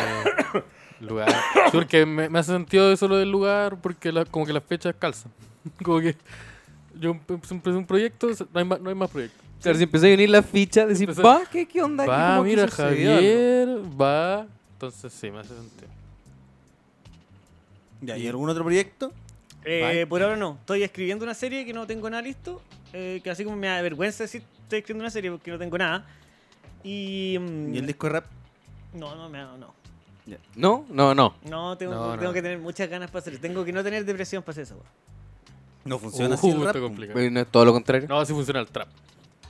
Speaker 2: lugar. Sí, porque me, me hace sentido eso lo del lugar, porque la- como que las fechas calzan. Como que yo empe- empecé un proyecto, se- no hay más, no hay más proyecto.
Speaker 1: Claro, si empecé a unir las fichas, decir,
Speaker 2: Empezó-
Speaker 1: pa, ¿qué, qué onda? aquí?
Speaker 2: Va,
Speaker 1: ¿Cómo que
Speaker 2: mira,
Speaker 1: sucedió
Speaker 2: Javier, va. Entonces sí, me hace sentido.
Speaker 3: Ya, ¿y algún otro proyecto?
Speaker 4: Eh,
Speaker 2: Bye.
Speaker 4: por ahora no. Estoy escribiendo una serie que no tengo nada listo. eh, que así como me da vergüenza decir estoy escribiendo una serie porque no tengo nada. Y. mm,
Speaker 3: ¿Y el disco de rap?
Speaker 4: No, no, me da- no.
Speaker 1: algo? No, no, no.
Speaker 4: No, tengo,
Speaker 2: No, no.
Speaker 4: tengo que tener muchas ganas para hacer Tengo que no tener depresión para hacer eso. weón.
Speaker 3: No funciona así
Speaker 2: Uh,
Speaker 3: el
Speaker 2: está
Speaker 3: rap.
Speaker 2: complicado.
Speaker 1: Eh, no es todo lo contrario.
Speaker 2: No, así funciona el trap.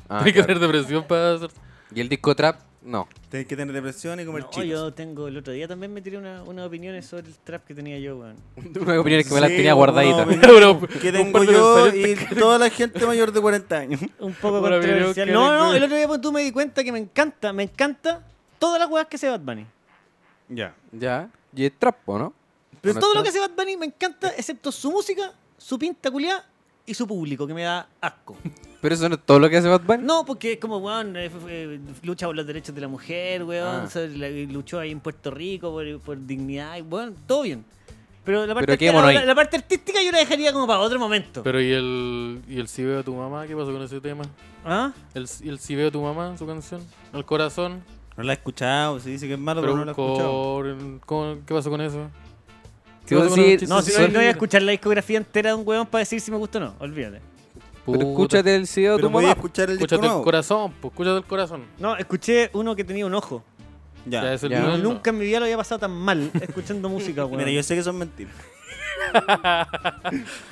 Speaker 1: Ah,
Speaker 2: hay que
Speaker 1: claro.
Speaker 2: tener depresión para hacer.
Speaker 1: Y el disco trap, no.
Speaker 3: Tenés que tener depresión y comer
Speaker 4: No,
Speaker 3: chicos.
Speaker 4: yo tengo. El otro día también me tiré una- unas opiniones sobre el trap que tenía yo, weón.
Speaker 1: Una opinión es que me las
Speaker 3: Sí,
Speaker 1: tenía
Speaker 3: bueno,
Speaker 1: guardaditas.
Speaker 3: bueno.
Speaker 2: Pero-
Speaker 3: Que
Speaker 2: un
Speaker 3: tengo
Speaker 2: par de
Speaker 3: yo y
Speaker 2: ensayos-
Speaker 3: toda la gente mayor de 40 años.
Speaker 4: Un poco
Speaker 2: Una opinión
Speaker 4: controversial.
Speaker 2: que
Speaker 4: No, no,
Speaker 2: tengo-
Speaker 4: el otro día pues, tú me di cuenta que me encanta, me encanta todas las weas que hace Bad Bunny.
Speaker 3: Ya.
Speaker 1: Ya. Y es trap, ¿o ¿no?
Speaker 4: Pero
Speaker 1: Bueno,
Speaker 4: todo lo
Speaker 1: trap.
Speaker 4: que hace Bad Bunny me encanta, excepto su música, su pinta culiá y su público, que me da asco.
Speaker 1: Pero eso no es todo lo que hace Bad Bunny.
Speaker 4: No, porque es como, weón, eh, eh, lucha por los derechos de la mujer, weón,
Speaker 1: Ah.
Speaker 4: se- la- luchó ahí en Puerto Rico por, por dignidad, y, weón, todo bien. Pero la parte,
Speaker 1: Pero
Speaker 4: artística,
Speaker 1: quedémonos
Speaker 4: la,
Speaker 1: ahí.
Speaker 4: la parte artística yo la dejaría como para otro momento.
Speaker 2: Pero ¿y el, y el si veo a tu mamá? ¿Qué pasó con ese tema?
Speaker 4: ¿Ah?
Speaker 2: El, ¿Y el si veo a tu mamá? Su canción. El corazón.
Speaker 3: No la he escuchado, se dice que es malo, pero,
Speaker 2: Pero
Speaker 3: no la he escuchado.
Speaker 2: con- con- ¿Qué pasó con eso?
Speaker 1: Te voy a
Speaker 2: Yo tengo
Speaker 1: decir-
Speaker 2: los
Speaker 4: No,
Speaker 2: Sí,
Speaker 4: si
Speaker 2: sí,
Speaker 4: no,
Speaker 2: sí.
Speaker 4: no voy a escuchar la discografía entera de un weón para decir si me gusta o no, olvídate.
Speaker 1: Pero
Speaker 2: Puta.
Speaker 1: escúchate el CEO de tu
Speaker 3: Pero voy a
Speaker 1: mamá.
Speaker 3: escuchar el disco
Speaker 2: Escúchate el
Speaker 3: nuevo.
Speaker 2: corazón, pues escúchate el corazón.
Speaker 4: No, escuché uno que tenía un ojo.
Speaker 3: Ya.
Speaker 2: Ya, es el
Speaker 1: ya.
Speaker 2: nivel,
Speaker 4: Nunca en mi vida lo había pasado tan mal escuchando música, weón.
Speaker 3: Mira, yo sé que son mentiras.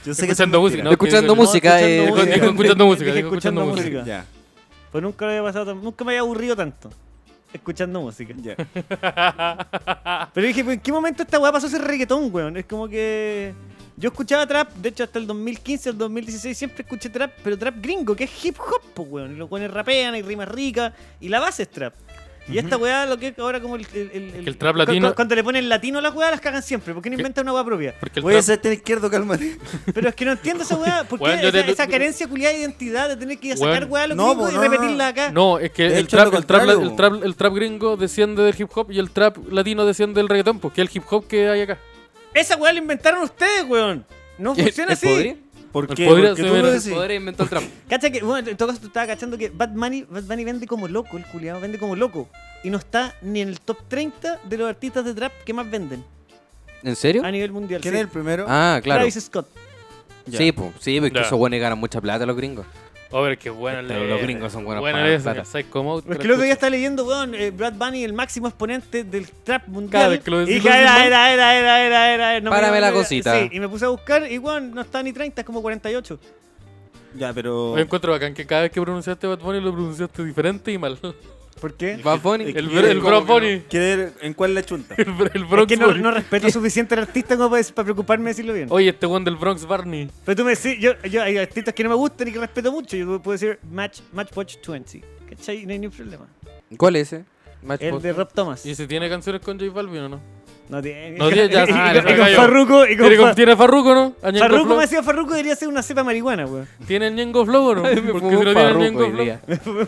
Speaker 3: yo sé que son
Speaker 2: Escuchando música,
Speaker 3: mentiras.
Speaker 2: no,
Speaker 1: Escuchando
Speaker 2: que-
Speaker 1: música,
Speaker 4: escuchando
Speaker 1: eh,
Speaker 2: Dijo- dijo
Speaker 4: música.
Speaker 2: escuchando música,
Speaker 4: Dije
Speaker 2: dijo escuchando
Speaker 4: escuchando
Speaker 2: música.
Speaker 3: Ya,
Speaker 4: Pues nunca lo había pasado tan- nunca me había aburrido tanto escuchando música.
Speaker 3: ya.
Speaker 4: Pero dije, pues, ¿en qué momento esta weá pasó a ser reggaetón, weón? Es como que. Yo escuchaba trap, de hecho hasta el 2015, el 2016 siempre escuché trap, pero trap gringo, que es hip hop, pues, weón. Y los weones rapean, hay rimas ricas, y la base es trap. Y esta weá, lo que es ahora como el. El,
Speaker 2: que el trap latino-
Speaker 4: cu- Cuando le ponen latino a las weas, las cagan siempre. ¿Por qué no
Speaker 2: Que-
Speaker 4: inventan una weá propia?
Speaker 2: Porque el
Speaker 3: Voy a
Speaker 2: trap-
Speaker 3: ser izquierdo, cálmate.
Speaker 4: Pero es que no entiendo esa weá. ¿Por qué
Speaker 2: Weón, yo
Speaker 4: esa,
Speaker 2: te-
Speaker 4: esa carencia culiada de identidad de tener que ir a
Speaker 2: Weón.
Speaker 4: sacar weá a los
Speaker 3: No,
Speaker 4: gringos
Speaker 3: po,
Speaker 4: y
Speaker 3: no,
Speaker 4: repetirla
Speaker 3: no.
Speaker 4: acá?
Speaker 2: No, es que
Speaker 3: De
Speaker 2: el
Speaker 3: hecho,
Speaker 2: trap,
Speaker 3: lo
Speaker 2: el, trap,
Speaker 3: contrario,
Speaker 2: el,
Speaker 3: po.
Speaker 2: trap, el trap gringo desciende del hip hop y el trap latino desciende del reggaetón, porque es el hip hop que hay acá.
Speaker 4: Esa weá la inventaron ustedes, weón. No funciona
Speaker 1: ¿El
Speaker 4: así.
Speaker 1: podría?
Speaker 3: ¿Por
Speaker 2: El
Speaker 3: qué?
Speaker 2: poder
Speaker 3: Porque
Speaker 2: hacer-
Speaker 3: tú lo
Speaker 2: el
Speaker 3: decís.
Speaker 1: Podría inventar el trap.
Speaker 4: Cacha que, bueno, en todo caso tú estabas cachando que Bad Bunny, Bad Bunny vende como loco, el culiado vende como loco. Y no está ni en el top 30 de los artistas de trap que más venden
Speaker 1: ¿En serio?
Speaker 4: a nivel mundial.
Speaker 3: ¿Quién
Speaker 4: sí.
Speaker 3: es el primero?
Speaker 1: Ah, claro.
Speaker 4: Travis Scott.
Speaker 3: Ya.
Speaker 1: Sí, pues, sí, porque
Speaker 2: Ya.
Speaker 1: esos buenos ganan mucha plata los gringos.
Speaker 2: A ver, qué buena
Speaker 1: Pero los gringos son buenos
Speaker 2: Buena
Speaker 1: para
Speaker 2: es,
Speaker 1: plata.
Speaker 2: ¿sabes cómo?
Speaker 4: Es que el otro día estaba leyendo, weón, eh, Bad Bunny, el máximo exponente del trap mundial.
Speaker 2: Cada vez que lo decís,
Speaker 4: y dije,
Speaker 2: lo decís
Speaker 4: era,
Speaker 2: mal.
Speaker 4: era, era, era, era, era, no me-
Speaker 1: Párame la
Speaker 4: no me-
Speaker 1: cosita.
Speaker 4: Sí, y me puse a buscar y, weón, no está ni 30, es como 48.
Speaker 3: Ya, pero.
Speaker 2: Me encuentro bacán que cada vez que pronunciaste Bad Bunny lo pronunciaste diferente y mal.
Speaker 4: ¿Por qué?
Speaker 1: Bad Bunny.
Speaker 3: es
Speaker 2: El,
Speaker 3: que-
Speaker 2: el, el
Speaker 1: como
Speaker 2: Bro
Speaker 1: que no.
Speaker 2: Bunny.
Speaker 3: ¿Quiere ver en cuál la chunta?
Speaker 2: El, br- el
Speaker 4: Es
Speaker 2: Bronx
Speaker 4: que no,
Speaker 2: Bunny.
Speaker 4: no respeto suficiente al artista como para, para preocuparme de decirlo bien.
Speaker 2: Oye, este one del Bronx Barney.
Speaker 4: Pero tú me decís, yo, yo hay artistas que no me gustan y que respeto mucho. Yo puedo decir Match, Matchwatch 20. ¿Cachai? No hay ningún problema.
Speaker 1: ¿Cuál es ese? Matchbox.
Speaker 4: El de Rob Thomas.
Speaker 2: ¿Y si tiene canciones con J Balvin o no?
Speaker 4: No tiene.
Speaker 2: No tiene, ya,
Speaker 4: y,
Speaker 2: ah,
Speaker 4: y-
Speaker 2: le
Speaker 4: y con
Speaker 2: saca yo.
Speaker 4: Farruko. Y
Speaker 2: ¿Tiene,
Speaker 4: con
Speaker 2: con-
Speaker 4: Fa-
Speaker 2: tiene Farruko, no? ¿A Ñengo
Speaker 4: Farruko
Speaker 2: Flow?
Speaker 4: me decía Farruko debería ser una cepa marihuana, weón.
Speaker 2: ¿Tiene Ñengo Flow o no? Porque
Speaker 1: Me
Speaker 2: si
Speaker 1: fumé un
Speaker 2: no tiene
Speaker 1: farruco
Speaker 2: Ñengo
Speaker 1: hoy
Speaker 2: Flow.
Speaker 1: día.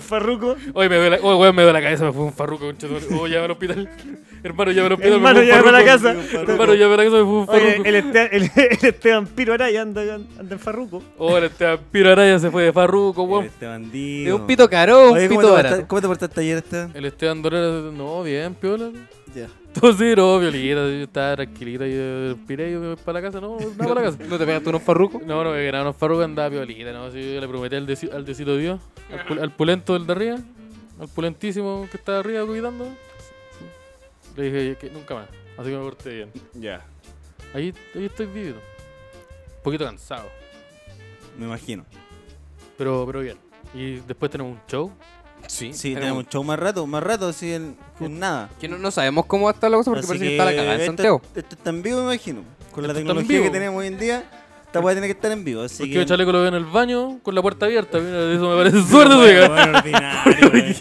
Speaker 4: Farruko.
Speaker 2: Oye, me duele, oye, weón, me duele la cabeza, me fue un farruco, conchetumare. Oh, llévame al hospital. Hermano, llévame al hospital. me
Speaker 4: Hermano,
Speaker 2: fue un
Speaker 4: llévame a la
Speaker 2: farruco.
Speaker 4: casa.
Speaker 2: Hermano, llévame a la casa, me fue un
Speaker 4: Oye, eh.
Speaker 2: farruco.
Speaker 4: el, Esteban, el, el Esteban Piro Araya anda, anda en Farruko.
Speaker 2: Oh, este vampiro araya se fue de farruco,
Speaker 4: Eh.
Speaker 2: weón.
Speaker 3: Este bandido.
Speaker 1: ¿Es un pito caro o un
Speaker 3: Oye, ¿cómo,
Speaker 1: pito
Speaker 3: te portaste,
Speaker 1: barato?
Speaker 3: ¿Cómo te portaste ayer, Esteban?
Speaker 2: El Esteban Dorera, no, bien, piola.
Speaker 3: Ya.
Speaker 2: Todo sí, no, violita, yo estaba tranquilita, yo piré, yo me voy para la casa, no, no para la casa.
Speaker 1: ¿No te pegaste unos farrucos?
Speaker 2: No, no, que era unos farrucos andaba violita, no, si yo le prometí al, deci- al decito Dios, al, pul- al pulento del de arriba, al pulentísimo que está arriba cuidando, le dije que nunca más, así que me porté bien.
Speaker 3: Ya.
Speaker 2: Ahí, ahí estoy vivido. Un poquito cansado.
Speaker 3: me imagino.
Speaker 2: Pero, pero bien. Y después tenemos un show.
Speaker 1: Sí,
Speaker 3: Sí, tenemos un show más rato, más rato, así en, en nada.
Speaker 1: Que no, no sabemos cómo va a estar la cosa porque
Speaker 3: Así
Speaker 1: parece que,
Speaker 3: este
Speaker 1: está la cagada en Santiago.
Speaker 3: Esto, esto está en vivo, me imagino. Con la
Speaker 2: Esto está en
Speaker 3: tecnología que
Speaker 2: vivo.
Speaker 3: tenemos hoy en día, esta weá tiene que estar en vivo. Así
Speaker 2: Porque
Speaker 3: que.
Speaker 2: yo chaleco lo veo en el baño con la puerta abierta. Mira, eso me parece suerte.
Speaker 3: Bueno,
Speaker 2: oiga.
Speaker 3: bueno, ordinario, weón.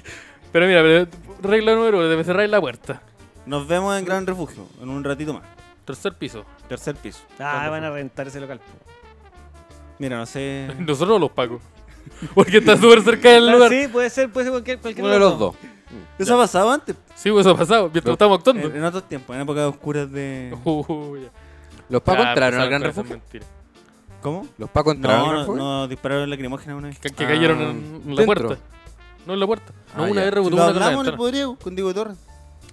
Speaker 2: Pero mira, pero regla número uno, debe cerrar la puerta.
Speaker 3: Nos vemos en Gran Refugio, en un ratito más.
Speaker 2: Tercer piso.
Speaker 3: Tercer piso.
Speaker 4: Ah, van a rentar ese local.
Speaker 3: Mira, no sé.
Speaker 2: Nosotros los pagos. Porque está súper cerca del lugar.
Speaker 4: Ah, Sí, puede ser, puede ser cualquier, cualquier
Speaker 1: Uno de los dos.
Speaker 3: Eso ha pasado antes,
Speaker 2: Sí, pues eso ha pasado. Mientras
Speaker 1: No.
Speaker 2: estamos actuando.
Speaker 3: en, en otros tiempos, en épocas oscuras de.
Speaker 2: Uy, ya.
Speaker 1: Los Pacos
Speaker 2: Ah,
Speaker 1: entraron
Speaker 2: empezaron
Speaker 1: al Gran
Speaker 2: con esas
Speaker 1: Refugio.
Speaker 2: mentiras.
Speaker 3: ¿Cómo?
Speaker 1: Los Pacos entraron al
Speaker 3: No,
Speaker 1: Gran
Speaker 3: no,
Speaker 1: Refugio.
Speaker 3: no, dispararon lacrimógenas una vez.
Speaker 2: Que, que
Speaker 1: Ah,
Speaker 2: cayeron en la
Speaker 1: dentro.
Speaker 2: puerta. No en la puerta. No,
Speaker 1: Ah,
Speaker 2: una
Speaker 1: ya.
Speaker 2: vez
Speaker 3: Si
Speaker 2: rebotó
Speaker 3: lo
Speaker 2: una con la
Speaker 3: hablamos en el
Speaker 2: ventana.
Speaker 3: podrido con Diego Torres.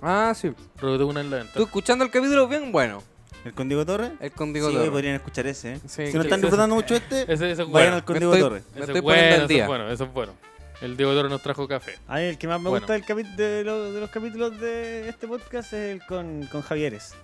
Speaker 1: Ah, sí.
Speaker 2: Rebotó una en la ventana.
Speaker 1: Tú escuchando el capítulo bien bueno.
Speaker 3: ¿El con Diego Torres?
Speaker 1: El condigo
Speaker 3: Sí,
Speaker 1: de
Speaker 3: podrían escuchar ese, ¿eh?
Speaker 1: Sí,
Speaker 3: si no
Speaker 1: sí,
Speaker 3: están
Speaker 2: sí,
Speaker 3: disfrutando mucho este,
Speaker 2: Ese, ese es
Speaker 3: vayan
Speaker 2: bueno.
Speaker 3: al
Speaker 1: Me
Speaker 3: Condigo
Speaker 1: estoy,
Speaker 3: Torres.
Speaker 1: me
Speaker 2: Ese
Speaker 1: estoy
Speaker 2: es
Speaker 1: poniendo
Speaker 2: bueno,
Speaker 1: al
Speaker 2: ese es
Speaker 1: día.
Speaker 2: bueno, ese es bueno. El Diego Toro nos trajo café.
Speaker 4: A mí el que más me
Speaker 2: Bueno.
Speaker 4: gusta del capi- de, lo- de los capítulos de este podcast es el con, con Javieres.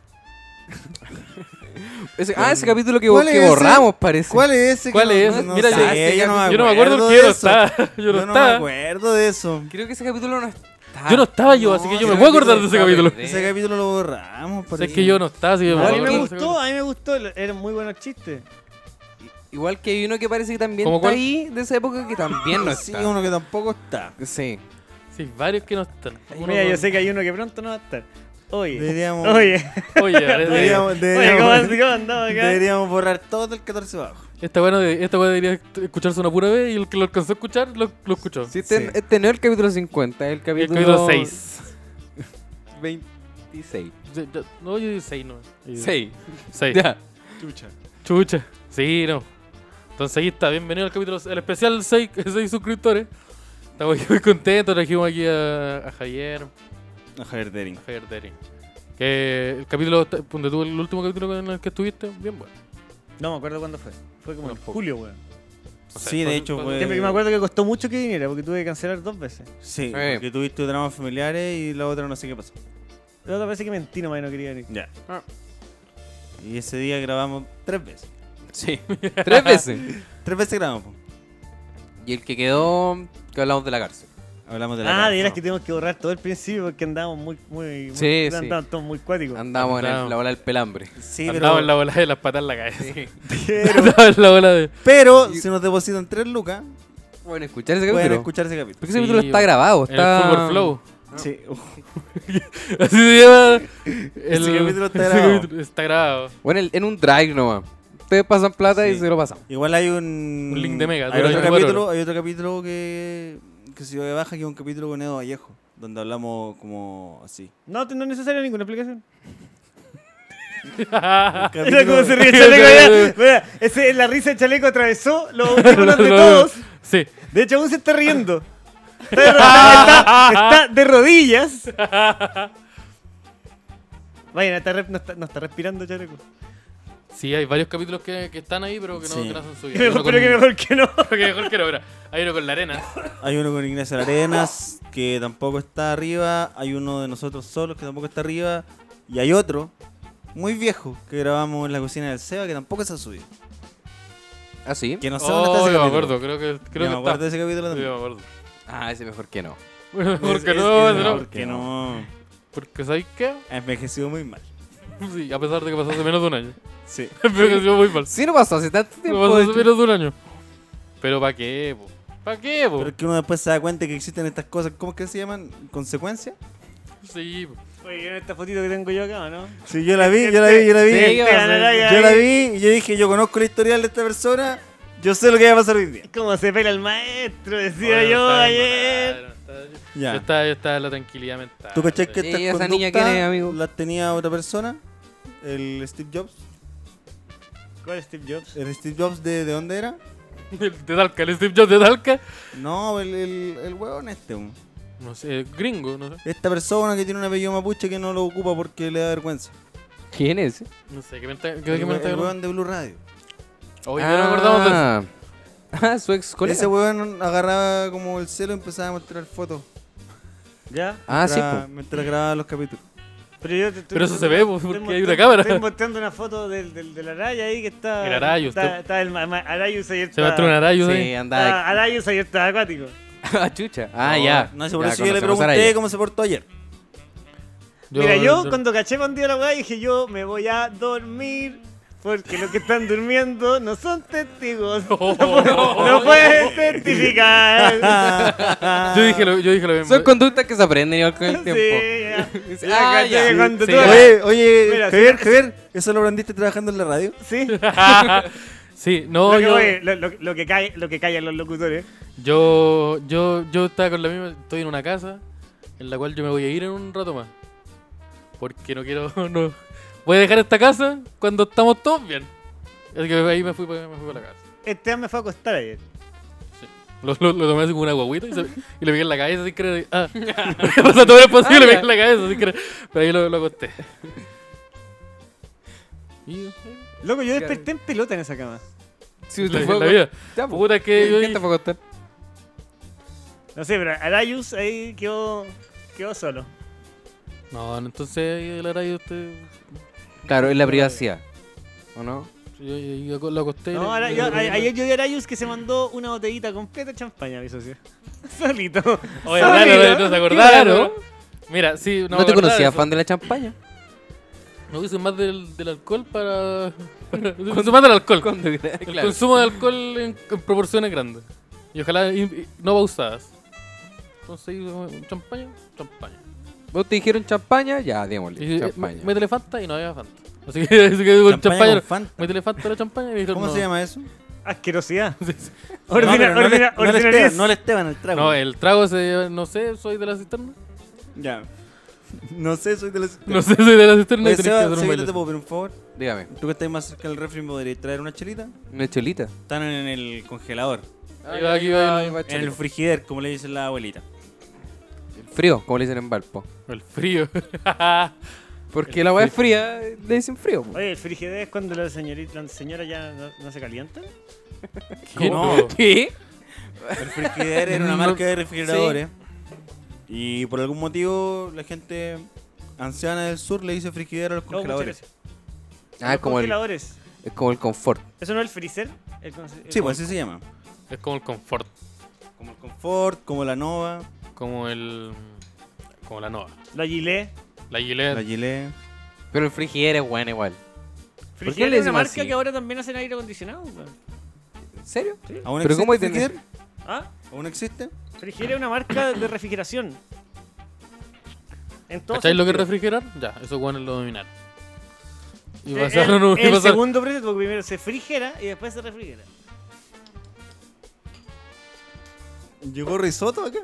Speaker 1: Ese- ah, ese capítulo que,
Speaker 3: ¿Cuál
Speaker 1: que
Speaker 3: es ese?
Speaker 1: borramos parece.
Speaker 3: ¿Cuál es ese?
Speaker 2: ¿Cuál es
Speaker 3: No,
Speaker 2: ese?
Speaker 3: no
Speaker 2: Mira,
Speaker 3: sé, yo, no me
Speaker 2: Yo no me acuerdo
Speaker 3: acuerdo
Speaker 2: porque yo no
Speaker 3: de eso.
Speaker 2: estaba. Yo no
Speaker 3: Yo no me
Speaker 2: estaba.
Speaker 3: acuerdo de eso.
Speaker 1: Creo que ese capítulo no está.
Speaker 2: Yo no estaba yo, así que yo
Speaker 1: ese
Speaker 2: me voy a acordar de
Speaker 1: capítulo
Speaker 2: ese
Speaker 1: está
Speaker 2: capítulo.
Speaker 1: perdido.
Speaker 3: Ese capítulo lo borramos.
Speaker 2: O sea, es que yo no estaba, así que yo
Speaker 1: No,
Speaker 4: a mí
Speaker 2: acuerdo
Speaker 4: me
Speaker 2: de ese
Speaker 4: gustó, a mí me gustó, lo- eran muy buenos chistes.
Speaker 1: Igual que hay uno que parece que también
Speaker 2: ¿Cómo
Speaker 1: está
Speaker 2: cuál? Ah,
Speaker 1: ahí de esa época que también no
Speaker 3: Sí,
Speaker 1: está.
Speaker 3: uno que tampoco está.
Speaker 1: Sí.
Speaker 2: Sí, varios que no están. Uno
Speaker 4: Mira, yo
Speaker 2: con-
Speaker 4: sé que hay uno que pronto no va a estar. Oye,
Speaker 3: Deberíamos-
Speaker 4: oye,
Speaker 2: Oye, parece-
Speaker 3: Deberíamos,
Speaker 4: oye, ¿cómo,
Speaker 3: deberíamos,
Speaker 4: cómo andamos acá?
Speaker 3: deberíamos borrar todo del 14 abajo.
Speaker 2: esta weá no de- esta weá debería escucharse una pura vez y el que lo alcanzó a escuchar lo, lo escuchó.
Speaker 1: Sí, este,
Speaker 3: Sí.
Speaker 1: este no es el capítulo 50, es el
Speaker 2: Y el
Speaker 1: capítulo,
Speaker 2: capítulo 6.
Speaker 1: 26.
Speaker 2: No, yo digo 6 no.
Speaker 1: 6.
Speaker 2: 6.
Speaker 1: Ya.
Speaker 2: Chucha. Sí, no. Entonces ahí está, bienvenido al capítulo, el especial 6, 6 suscriptores. Estamos aquí muy contentos, trajimos aquí a, a Javier,
Speaker 3: A Javier Dering.
Speaker 2: a Javier Dering. Que el capítulo, donde tuvo el último capítulo en el que estuviste, bien bueno.
Speaker 4: No me acuerdo cuándo fue. Fue como en
Speaker 2: Tampoco.
Speaker 4: julio, weón.
Speaker 3: Sí, de hecho,
Speaker 2: fue-
Speaker 3: fue-
Speaker 4: Que me- me acuerdo que costó mucho que viniera porque tuve que cancelar dos veces.
Speaker 3: Sí,
Speaker 1: Sí.
Speaker 3: porque tuviste dramas familiares y la otra no sé qué pasó.
Speaker 4: La otra vez sí que mentí nomás y no quería venir.
Speaker 3: Ya.
Speaker 1: Ah.
Speaker 3: Y ese día grabamos tres veces.
Speaker 1: Sí. Tres veces.
Speaker 3: Tres veces grabamos. po.
Speaker 1: Y el que quedó, que hablamos de la cárcel.
Speaker 3: Hablamos de la
Speaker 4: Ah,
Speaker 3: cara.
Speaker 4: de veras que tenemos que borrar todo el principio porque andábamos muy, muy, muy
Speaker 1: Sí, sí.
Speaker 4: andábamos todos muy cuáticos.
Speaker 1: Andamos en el- la bola del pelambre.
Speaker 3: Sí,
Speaker 2: Andaba
Speaker 3: pero,
Speaker 2: en la bola de las patas en la cabeza.
Speaker 3: pero,
Speaker 2: Andaba en la bola de...
Speaker 3: pero si nos depositan tres lucas,
Speaker 1: Bueno, escuchar ese
Speaker 3: pueden
Speaker 1: capítulo.
Speaker 3: escuchar ese capítulo.
Speaker 1: Porque
Speaker 2: Sí,
Speaker 1: ese capítulo está
Speaker 2: bueno.
Speaker 1: grabado.
Speaker 2: en
Speaker 1: Está...
Speaker 2: El Fulgor Flow.
Speaker 3: Sí. Uf,
Speaker 2: Así se llama. El,
Speaker 3: capítulo está
Speaker 2: ese
Speaker 3: grabado.
Speaker 2: capítulo está grabado.
Speaker 1: Bueno, el- en un drive nomás. Ustedes pasan plata y
Speaker 3: Sí.
Speaker 1: se lo pasan.
Speaker 3: Igual hay un.
Speaker 2: Un link de Mega,
Speaker 3: Hay
Speaker 2: dura
Speaker 3: otro,
Speaker 2: 24
Speaker 3: capítulo, hay otro capítulo que. que se dio de baja, que es un capítulo con Edo Vallejo. Donde hablamos como así.
Speaker 4: No, no es necesaria ninguna explicación. Mira
Speaker 3: Capítulo-
Speaker 4: cómo se ríe el chaleco. mira, mira, ese, la risa del chaleco atravesó los audífonos de
Speaker 2: No, no,
Speaker 4: todos.
Speaker 2: Sí.
Speaker 4: De hecho, aún se está riendo. Está de, ro- está- está de rodillas. Vaya, está re- no, está, no está respirando, chaleco.
Speaker 2: Sí, hay varios capítulos que, que están ahí, pero que no,
Speaker 3: Sí.
Speaker 2: que no son subidos. Hay
Speaker 4: Pero
Speaker 2: uno con-
Speaker 4: que mejor que no.
Speaker 2: que mejor que no, mira. Hay uno con la arena.
Speaker 3: Hay uno con Ignacio Arenas, que tampoco está arriba. Hay uno de nosotros solos, que tampoco está arriba. Y hay otro, muy viejo, que grabamos en la cocina del Seba, que tampoco se ha subido.
Speaker 1: ¿Ah, sí?
Speaker 3: Que no sé dónde está
Speaker 2: Oh,
Speaker 3: ese
Speaker 2: yo me
Speaker 3: capítulo.
Speaker 2: acuerdo, creo que, creo
Speaker 3: Yo me
Speaker 2: que
Speaker 3: acuerdo
Speaker 2: está.
Speaker 3: de ese capítulo
Speaker 2: Sí,
Speaker 3: también.
Speaker 2: me acuerdo.
Speaker 1: Ah, ese mejor que no.
Speaker 2: Bueno, mejor
Speaker 3: Es-
Speaker 2: que
Speaker 3: es-
Speaker 2: no,
Speaker 3: es-
Speaker 2: ese no.
Speaker 3: Porque no.
Speaker 2: Porque ¿sabes qué?
Speaker 3: Ha envejecido muy mal.
Speaker 2: Sí, a pesar de que pasó hace menos de un año.
Speaker 3: Sí.
Speaker 2: Pero que ha sido muy mal.
Speaker 1: Sí, no pasó hace tanto
Speaker 2: Pero
Speaker 1: tiempo.
Speaker 2: pasó
Speaker 1: de
Speaker 2: hace
Speaker 4: pues.
Speaker 1: hecho.
Speaker 2: menos de un año. Pero ¿para qué, po? ¿Para qué, po?
Speaker 3: Pero es que uno después se da cuenta que existen estas cosas, ¿cómo es que se llaman? ¿Consecuencias?
Speaker 2: Sí, po.
Speaker 4: Oye, ¿vieron esta fotito que tengo yo acá, no?
Speaker 3: Sí, yo la vi, yo la vi, yo la vi.
Speaker 1: Sí, ¿qué
Speaker 4: Te
Speaker 1: pasa?
Speaker 4: ganará ya.
Speaker 3: Yo la vi y yo dije, yo conozco el historial de esta persona, yo sé lo que va a pasar hoy día.
Speaker 4: Cómo se pela el maestro, decía
Speaker 2: Bueno,
Speaker 4: yo
Speaker 2: está bien,
Speaker 4: ayer.
Speaker 2: no está bien.
Speaker 3: Ya.
Speaker 2: Yo estaba, yo estaba en la tranquilidad mental.
Speaker 3: ¿Tú cachás que
Speaker 1: Sí,
Speaker 3: estas
Speaker 1: esa niña
Speaker 3: conductas
Speaker 1: quién es, amigo.
Speaker 3: las tenía otra persona? El Steve Jobs.
Speaker 4: ¿Cuál es Steve Jobs?
Speaker 3: ¿El Steve Jobs de, de dónde era?
Speaker 2: De Talca, el Steve Jobs de Talca.
Speaker 3: No, el, el, el huevón este. un-
Speaker 2: No sé, gringo, no sé.
Speaker 3: Esta persona que tiene un apellido mapuche que no lo ocupa porque le da vergüenza.
Speaker 1: ¿Quién es?
Speaker 2: No sé, ¿qué me está, qué,
Speaker 3: El,
Speaker 2: qué me está
Speaker 3: el
Speaker 2: hablando?
Speaker 3: huevón de Blue Radio.
Speaker 2: Hoy no nos acordamos de
Speaker 1: ah. Ah, su ex colega.
Speaker 3: Ese huevón agarraba como el celo y empezaba a mostrar fotos.
Speaker 4: ¿Ya?
Speaker 1: Ah, sí,
Speaker 3: mientras-
Speaker 1: po.
Speaker 3: Mientras grababa los capítulos.
Speaker 4: Pero, yo te estoy-
Speaker 2: Pero eso
Speaker 4: te-
Speaker 2: se
Speaker 4: te-
Speaker 2: ve, pues,
Speaker 4: estoy
Speaker 2: porque hay una
Speaker 4: mostrando-
Speaker 2: cámara.
Speaker 4: Estoy mostrando una foto del, del, del Araya ahí que está.
Speaker 2: El Arayus,
Speaker 4: Está,
Speaker 2: te-
Speaker 4: está el ma- ma- Arayus ahí.
Speaker 2: Se va a tronar ahí,
Speaker 5: Sí,
Speaker 2: ¿eh?
Speaker 5: anda.
Speaker 4: Ah, Arayus ahí está acuático.
Speaker 1: ah, chucha.
Speaker 5: Ah,
Speaker 3: No,
Speaker 5: ya.
Speaker 3: No sé, por
Speaker 5: Ya,
Speaker 3: eso yo le
Speaker 5: conocemos a
Speaker 3: pregunté
Speaker 5: Araya.
Speaker 3: cómo se portó ayer.
Speaker 4: Mira, yo
Speaker 2: yo-
Speaker 4: cuando caché un día la weá dije yo me voy a dormir. Porque los que están durmiendo no son testigos. No,
Speaker 2: Oh,
Speaker 4: pueden testificar.
Speaker 3: Ah.
Speaker 2: Yo dije lo, yo dije lo mismo.
Speaker 1: Son conductas que se aprenden igual con el tiempo.
Speaker 4: Sí,
Speaker 1: Dice,
Speaker 4: ya. Ya
Speaker 1: ah,
Speaker 4: caché
Speaker 1: ya.
Speaker 4: que cuando
Speaker 2: Sí,
Speaker 4: tú-
Speaker 2: ya.
Speaker 3: Oye, oye,
Speaker 4: Mira,
Speaker 3: Javier,
Speaker 4: sí.
Speaker 3: Javier, ¿eso lo aprendiste trabajando en la radio?
Speaker 4: Sí.
Speaker 2: sí, no,
Speaker 4: lo, que,
Speaker 2: yo,
Speaker 4: oye, lo, lo- lo que cae, lo que callan los locutores.
Speaker 2: yo, yo, yo estaba con la misma, estoy en una casa en la cual yo me voy a ir en un rato más. Porque no quiero, no. Voy a dejar esta casa cuando estamos todos bien. Es que ahí me fui, pa- me fui para la casa.
Speaker 4: Esteban Este me fue a acostar ayer.
Speaker 2: Lo, lo, lo tomé así como una guaguita y, se- y le pegué en la cabeza sin querer. Ah, o sea, todo era posible, le pegué en la cabeza sin querer. Pero ahí lo, lo acosté. Y,
Speaker 4: Loco, yo desperté en pelota en esa cama.
Speaker 1: Si
Speaker 2: la,
Speaker 1: usted
Speaker 2: la
Speaker 1: fue.
Speaker 2: vida.
Speaker 1: Ya, pues.
Speaker 2: Puta que yo-
Speaker 1: ¿Qué te fue a contar?
Speaker 4: No sé, pero Arayus ahí quedó, quedó solo.
Speaker 2: No, no, entonces la verdad yo, te-
Speaker 1: Claro, es la privacidad. ¿O no?
Speaker 2: yo, yo- yo lo acosté.
Speaker 4: No,
Speaker 2: le-
Speaker 4: ahora-
Speaker 2: le-
Speaker 4: yo-
Speaker 2: le-
Speaker 4: a- ayer yo vi a Arayus que se mandó una botellita completa de champaña, mi socio. Solito.
Speaker 2: Oye,
Speaker 4: Solito.
Speaker 2: claro, no, no se acordaron.
Speaker 1: Claro.
Speaker 2: Mira, sí, no,
Speaker 1: No,
Speaker 2: me
Speaker 1: te
Speaker 2: acordaba de
Speaker 1: conocía
Speaker 2: eso.
Speaker 1: fan de la champaña.
Speaker 2: No hice más del, del alcohol para. para más del alcohol. El
Speaker 1: Claro.
Speaker 2: consumo de alcohol en, en proporciones grandes. Y ojalá y- y no pausadas. Entonces, eh, champaña, champaña.
Speaker 1: Vos te dijeron champaña, ya, démosle.
Speaker 2: Y, eh,
Speaker 1: Champaña.
Speaker 2: me, métele Fanta y no había Fanta. Así que, así que con
Speaker 3: Champaña
Speaker 2: champaña.
Speaker 3: con Fanta.
Speaker 2: Métele Fanta a la champaña y me dijeron.
Speaker 3: ¿Cómo
Speaker 2: no.
Speaker 3: se llama eso?
Speaker 4: Asquerosidad.
Speaker 3: No,
Speaker 4: Ordina,
Speaker 3: pero no le-
Speaker 4: ordina,
Speaker 3: no le
Speaker 4: ordinariez.
Speaker 3: Esteban, no eh. le Esteban, el trago.
Speaker 2: No, el trago se lleva- no sé, soy de la cisterna.
Speaker 3: Ya. No sé, soy de los...
Speaker 2: No sé, soy de la cisterna
Speaker 3: Oye,
Speaker 2: y tenés que
Speaker 3: Seba,
Speaker 2: hacer un
Speaker 3: Seba, yo
Speaker 2: baile.
Speaker 3: te puedo pedir un favor.
Speaker 1: Dígame,
Speaker 3: Tú que estás más cerca del refri, ¿me podrías traer una chelita?
Speaker 1: una chelita.
Speaker 3: Están en el congelador.
Speaker 2: Ahí va, aquí va el-
Speaker 3: En el frigider, como le dice la abuelita.
Speaker 1: Frío, como le dicen en Valpo.
Speaker 2: El frío.
Speaker 1: Porque la agua es fría, le dicen frío. po.
Speaker 4: Oye, el frigidez es cuando la, señorita, la señora ya no, no se calienta.
Speaker 2: ¿Qué
Speaker 3: No.
Speaker 2: no?
Speaker 1: ¿Qué?
Speaker 3: El frigider era una
Speaker 2: No,
Speaker 3: marca de refrigeradores. Y por algún motivo, la gente anciana del sur le dice frigider a los
Speaker 4: No, Oh, muchas
Speaker 3: congeladores.
Speaker 4: gracias.
Speaker 1: Ah,
Speaker 4: Los
Speaker 1: es como el,
Speaker 4: congeladores.
Speaker 1: es como el confort.
Speaker 4: ¿Eso no es el freezer? El con- el
Speaker 3: sí,
Speaker 4: con-
Speaker 3: pues así se llama.
Speaker 2: Es como el confort.
Speaker 3: Como el confort, como la nova,
Speaker 2: Como el. Como la nova.
Speaker 4: La gilet.
Speaker 2: La Gillette.
Speaker 3: la gilet.
Speaker 1: Pero el frigider es bueno igual. qué
Speaker 4: Frigidaire
Speaker 1: le
Speaker 4: es una
Speaker 1: decimos
Speaker 4: marca
Speaker 1: así?
Speaker 4: que ahora también hacen aire acondicionado. weón.
Speaker 1: ¿En serio? Pero
Speaker 3: ¿Aún existe
Speaker 1: ¿cómo hay
Speaker 3: frigider?
Speaker 4: ¿Ah?
Speaker 3: ¿Aún existe?
Speaker 4: Frigidaire es una marca de refrigeración. Entonces,
Speaker 2: ¿Cacháis lo que es refrigerar? Ya, eso bueno lo dominar. Y
Speaker 4: el,
Speaker 2: pasaron
Speaker 4: el-
Speaker 2: un- y
Speaker 4: Eh, el
Speaker 2: pasaron-
Speaker 4: segundo proceso, porque primero se frigera y después se refrigera.
Speaker 3: ¿Llegó risotto acá?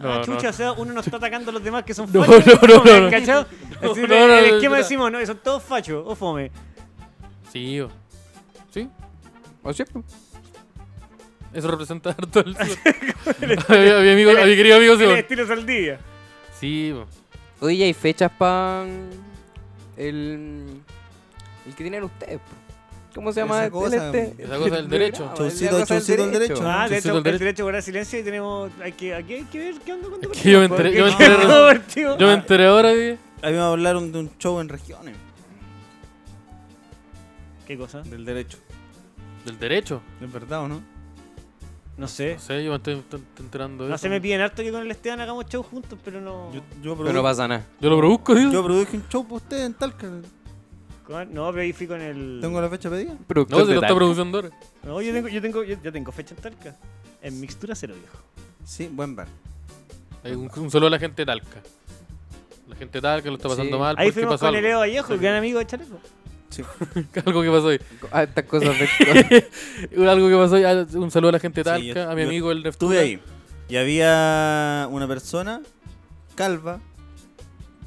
Speaker 2: No,
Speaker 4: ah,
Speaker 2: no.
Speaker 4: chucha, o sea, uno no está atacando a los demás que son
Speaker 2: No,
Speaker 4: fachos.
Speaker 2: no, no,
Speaker 4: ¿me
Speaker 2: no.
Speaker 4: ¿Cachado?
Speaker 2: No,
Speaker 4: Así
Speaker 2: no,
Speaker 4: de-
Speaker 2: no,
Speaker 4: el
Speaker 2: no,
Speaker 4: esquema
Speaker 2: no.
Speaker 4: decimos, no, son todos fachos, o fome.
Speaker 2: Sí, o- sí.
Speaker 1: ¿O cierto?
Speaker 2: Eso representa harto el sur. había, había amigo, había querido amigo
Speaker 4: El
Speaker 2: sur.
Speaker 4: estilo Saldivia.
Speaker 2: Sí, bo.
Speaker 1: Oye, ¿y hay fechas para el, el que tienen ustedes. po? ¿Cómo se llama?
Speaker 3: Esa
Speaker 1: el
Speaker 3: cosa,
Speaker 1: este?
Speaker 2: esa cosa del
Speaker 1: El
Speaker 2: derecho.
Speaker 1: programa,
Speaker 3: Chaucito,
Speaker 1: la cosa del
Speaker 3: chaucito del derecho.
Speaker 4: Ah, de
Speaker 2: Entonces,
Speaker 4: hecho,
Speaker 2: el
Speaker 4: el
Speaker 2: derecho-
Speaker 4: derecho a guardar silencio y tenemos. Hay que, aquí hay que ver qué onda cuando.
Speaker 2: Es que yo me enteré- yo me
Speaker 4: Porque-
Speaker 2: enteré-
Speaker 4: no, tío.
Speaker 2: yo me enteré ahora que.
Speaker 3: Habíamos hablado de un show en regiones,
Speaker 4: Ah, ¿Qué cosa?
Speaker 3: del derecho.
Speaker 2: Del derecho.
Speaker 3: ¿Es verdad o no?
Speaker 4: No sé.
Speaker 2: No sé, yo me estoy estoy enterando de
Speaker 4: No
Speaker 2: eso.
Speaker 4: se me piden harto que con el Esteban hagamos show juntos, pero no.
Speaker 3: Yo, yo,
Speaker 1: Pero no
Speaker 3: produ-
Speaker 1: pasa nada.
Speaker 2: Yo lo produzco, tío.
Speaker 3: yo produje un show para ustedes en Talca.
Speaker 4: Con- No, pero ahí fui con el.
Speaker 3: Tengo la fecha pedida.
Speaker 2: No,
Speaker 1: Productor
Speaker 2: se
Speaker 1: de
Speaker 2: lo está
Speaker 1: tal.
Speaker 2: produciendo ahora.
Speaker 4: No, yo tengo, yo tengo, yo, yo tengo fecha en Talca. En mixtura cero, viejo.
Speaker 3: Sí, buen bar.
Speaker 2: Hay un, un saludo a la gente de Talca. La gente de Talca lo está pasando
Speaker 1: Sí.
Speaker 2: mal.
Speaker 4: Ahí
Speaker 2: porque
Speaker 4: fuimos
Speaker 2: pasó
Speaker 4: con el Leo
Speaker 2: algo.
Speaker 4: Vallejo, el gran amigo de Chaleco.
Speaker 2: algo que pasó hoy.
Speaker 1: Ah, estas cosas de...
Speaker 2: Algo que pasó hoy. Ah, Un saludo a la gente de Talca,
Speaker 3: Sí, yo-
Speaker 2: a mi
Speaker 3: yo
Speaker 2: amigo el Neptuno.
Speaker 3: Estuve ahí. Y había una persona calva,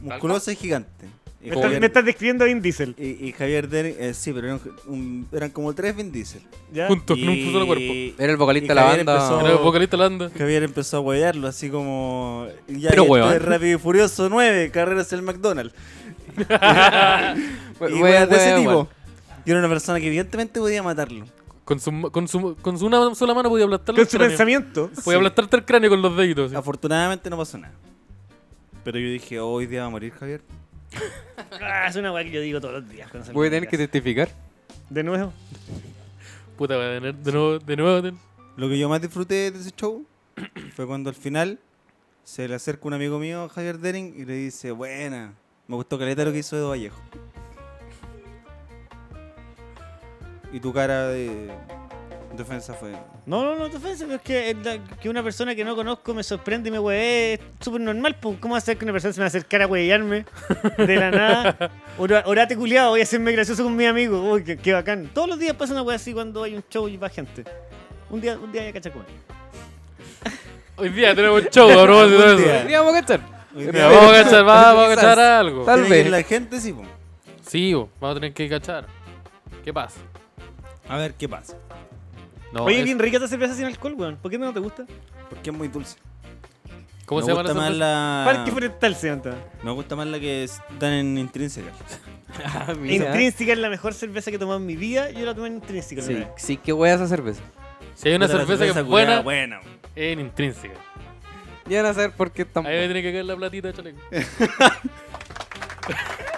Speaker 3: musculosa y gigante. Y
Speaker 4: Me estás, me estás describiendo a Vin Diesel.
Speaker 3: y- y Javier Denis, eh, sí, pero eran, un- eran como tres Vin Diesel.
Speaker 4: ¿ya?
Speaker 2: Juntos, en
Speaker 3: Y-
Speaker 2: un solo cuerpo.
Speaker 1: Era el vocalista
Speaker 3: y
Speaker 1: de la
Speaker 3: Javier
Speaker 1: banda.
Speaker 3: empezó-
Speaker 2: Era el vocalista holanda.
Speaker 3: Javier empezó a huevearlo, así como. Ya,
Speaker 1: Pero
Speaker 3: ya esto
Speaker 1: huevón.
Speaker 3: es Rápido y Furioso 9, carreras en McDonald's.
Speaker 1: Hue-
Speaker 3: y
Speaker 1: hue-
Speaker 3: weas de ese
Speaker 1: hue-
Speaker 3: tipo. Y era una persona que evidentemente podía matarlo.
Speaker 2: Con su, con su, con su una sola mano podía aplastarle
Speaker 4: Con
Speaker 2: el
Speaker 4: su
Speaker 2: cráneo.
Speaker 4: pensamiento.
Speaker 3: Ah,
Speaker 2: Podía aplastarte el cráneo con los deditos. así.
Speaker 3: Afortunadamente no pasó nada. Pero yo dije, "Oh, hoy día va a morir Javier.
Speaker 4: Ah, es una weá que yo digo todos los días. cuando salgo
Speaker 1: Voy a
Speaker 4: de
Speaker 1: tener que
Speaker 4: mi
Speaker 1: testificar.
Speaker 4: casa. De nuevo.
Speaker 2: Puta, voy a tener de nuevo, de nuevo. ten-
Speaker 3: Lo que yo más disfruté de ese show fue cuando al final se le acerca un amigo mío, Javier Dering, y le dice, buena, me gustó caleta lo que hizo Edo Vallejo. Y tu cara de defensa fue...
Speaker 4: No, no, no te ofenses, pero es que, es la- que una persona que no conozco me sorprende y me huevé. Es súper normal, pues. ¿Cómo hacer que una persona se me acercara a huevearme de la nada? Ora- Orate culiado, voy a hacerme gracioso con mi amigo. Uy, qué, qué bacán. Todos los días pasa una wea así cuando hay un show y va gente. Un día, un día ya cacha cómo es.
Speaker 2: Hoy día tenemos show, a propósito de
Speaker 3: Algún
Speaker 2: eso.
Speaker 3: día.
Speaker 1: Podríamos cachar.
Speaker 3: Hoy
Speaker 2: Mira,
Speaker 3: día-
Speaker 2: vamos a cachar, va- vamos a
Speaker 3: Quizás.
Speaker 2: cachar algo.
Speaker 1: Tal
Speaker 3: Tiene que ir
Speaker 1: vez.
Speaker 3: La gente sí, po.
Speaker 2: Sí, bo, vamos a tener que cachar. ¿Qué pasa?
Speaker 3: A ver, ¿qué pasa?
Speaker 2: No,
Speaker 4: Oye,
Speaker 2: es-
Speaker 4: bien rica esta cerveza sin alcohol, weón. ¿Por qué no te gusta?
Speaker 3: Porque es muy dulce.
Speaker 2: ¿Cómo
Speaker 3: me
Speaker 2: se llama
Speaker 3: gusta
Speaker 2: la
Speaker 3: más
Speaker 2: cerveza?
Speaker 1: Ah.
Speaker 3: la...
Speaker 4: Parque Forestal se llama.
Speaker 3: Me gusta más la que están en intrínseca.
Speaker 1: Ah, mira.
Speaker 4: Intrínseca es la mejor cerveza que he tomado en mi vida. Yo la tomé en intrínseca.
Speaker 1: Sí,
Speaker 4: ¿no?
Speaker 1: sí, qué wea esa cerveza.
Speaker 2: Si hay una
Speaker 3: Puta, la
Speaker 2: cerveza que es
Speaker 3: culiada,
Speaker 2: buena,
Speaker 3: buena.
Speaker 2: es intrínseca.
Speaker 1: Ya van a saber por qué tan.
Speaker 2: Ahí me tiene que caer la platita, chaleco.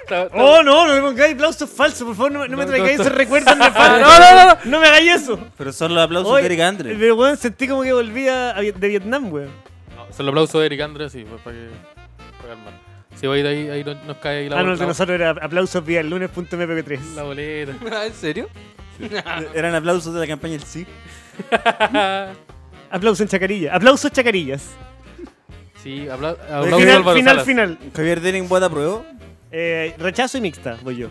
Speaker 2: Está- está-
Speaker 4: Oh, no, no me pongáis aplausos falsos, por favor, no, me- no me
Speaker 1: No,
Speaker 4: traigáis
Speaker 1: no,
Speaker 4: esos recuerdos nefasto.
Speaker 1: No, no, no,
Speaker 4: no me hagáis eso.
Speaker 3: Pero son los aplausos
Speaker 4: Oye,
Speaker 3: de Eric Andre.
Speaker 4: Pero weón, sentí como que volvía a Vi- de Vietnam, weón.
Speaker 2: No, se lo aplauso a Eric Andrés, sí, pues, para que. Para calmar. Si voy de ahí, ahí no- nos cae ahí la,
Speaker 4: Ah,
Speaker 2: bol-
Speaker 4: no, el de
Speaker 2: la-
Speaker 4: nosotros era aplausos vía lunes.mpb3.
Speaker 2: la boleta.
Speaker 1: Ah, ¿En serio?
Speaker 3: Eran aplausos de la campaña del sí.
Speaker 4: Aplausos en chacarilla. Aplausos chacarillas. Eh,
Speaker 2: Sí, habla,
Speaker 3: Aplausos
Speaker 4: final,
Speaker 2: Álvaro
Speaker 4: final,
Speaker 2: Salas.
Speaker 4: final.
Speaker 3: Javier Dering, ¿vota apruebo?
Speaker 4: Eh, rechazo y mixta, voy yo.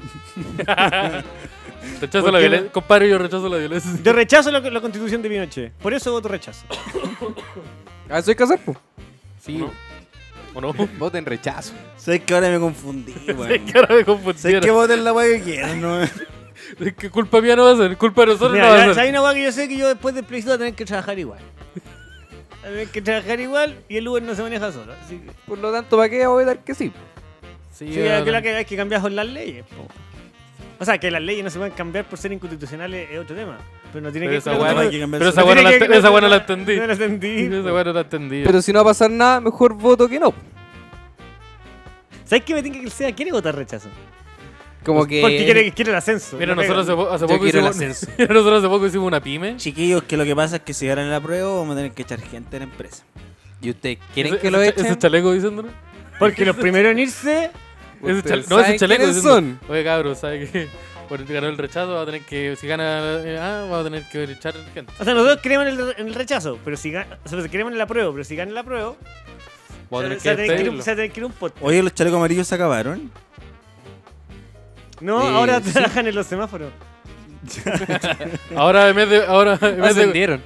Speaker 2: Rechazo
Speaker 4: ¿Por
Speaker 2: la
Speaker 4: qué
Speaker 2: violencia.
Speaker 4: no?
Speaker 2: Compadre, yo rechazo la violencia.
Speaker 4: Yo rechazo la, la constitución de Pinochet. Por eso voto rechazo.
Speaker 1: Ah, soy casar, po.
Speaker 2: Sí. ¿O no?
Speaker 1: Voten rechazo.
Speaker 3: Sabes que ahora me confundí, weón.
Speaker 2: Que ahora me confundieron.
Speaker 3: Sabes que voten la weá que quieran, ¿no?
Speaker 2: Es que culpa mía no va a ser, culpa de nosotros
Speaker 4: Mira,
Speaker 2: no va
Speaker 4: ya-
Speaker 2: a ser.
Speaker 4: hay una weá que yo sé que yo después del plebiscito voy a tener que trabajar igual. Voy a tener que trabajar igual y el Uber no se maneja solo. Así que,
Speaker 1: Por lo tanto, ¿para qué voy a dar que sí?
Speaker 2: Sí,
Speaker 4: sí,
Speaker 2: ya,
Speaker 4: creo que hay que cambiar son las leyes. po. O sea, que las leyes no se pueden cambiar por ser inconstitucionales es otro tema. Pero no tiene
Speaker 2: Pero
Speaker 4: que
Speaker 2: esa
Speaker 4: ver con
Speaker 2: weá
Speaker 4: la
Speaker 2: no,
Speaker 4: constitu-
Speaker 2: pero esa
Speaker 4: no
Speaker 2: weá no
Speaker 4: tiene
Speaker 2: la
Speaker 4: que-
Speaker 2: ent-
Speaker 4: no-
Speaker 2: esa weá no la
Speaker 4: no-
Speaker 2: entendí.
Speaker 4: No la entendí.
Speaker 2: Esa weá no la entendí.
Speaker 1: Pero si no va a pasar nada, mejor voto que no.
Speaker 4: ¿Sabes qué me tiene que el SEA quiere votar rechazo?
Speaker 1: Como que.
Speaker 4: Porque quiere, quiere el ascenso.
Speaker 2: Mira,
Speaker 4: No
Speaker 2: nosotros hace,
Speaker 4: pega.
Speaker 2: po- hace
Speaker 1: Yo
Speaker 2: poco
Speaker 1: quiero el
Speaker 2: hicimos, mira, nosotros hace poco hicimos una pyme.
Speaker 3: Chiquillos, que lo que pasa es que si ganan el apruebo, vamos a tener que echar gente a la empresa.
Speaker 1: ¿Y ustedes quieren
Speaker 2: Ese-
Speaker 1: que lo
Speaker 2: ese cha-
Speaker 1: echen?
Speaker 2: Ese chaleco diciéndolo.
Speaker 4: Porque los primeros en irse.
Speaker 2: Ese
Speaker 1: Ustedes
Speaker 2: chale- no, ese
Speaker 1: saben
Speaker 2: chaleco
Speaker 1: quiénes
Speaker 2: diciendo,
Speaker 1: son.
Speaker 2: Oye, cabrón, ¿sabes qué? Por ganó el rechazo, va a tener que. Si gana. eh, ah, va a tener que echar gente.
Speaker 4: O sea, nosotros creemos en el, en el rechazo, pero si gana, o sea, creemos en el apruebo, pero si gana el apruebo,
Speaker 2: Va a tener
Speaker 4: se va a
Speaker 2: que
Speaker 4: tener que ir-
Speaker 2: despedirlo.
Speaker 4: se va a tener que ir un podcast.
Speaker 3: Oye, los chalecos amarillos se acabaron.
Speaker 4: No,
Speaker 1: Eh,
Speaker 4: ahora
Speaker 1: sí.
Speaker 4: trabajan en los semáforos.
Speaker 2: Ahora, en vez de. Ahora, en vez de,
Speaker 1: Ascendieron.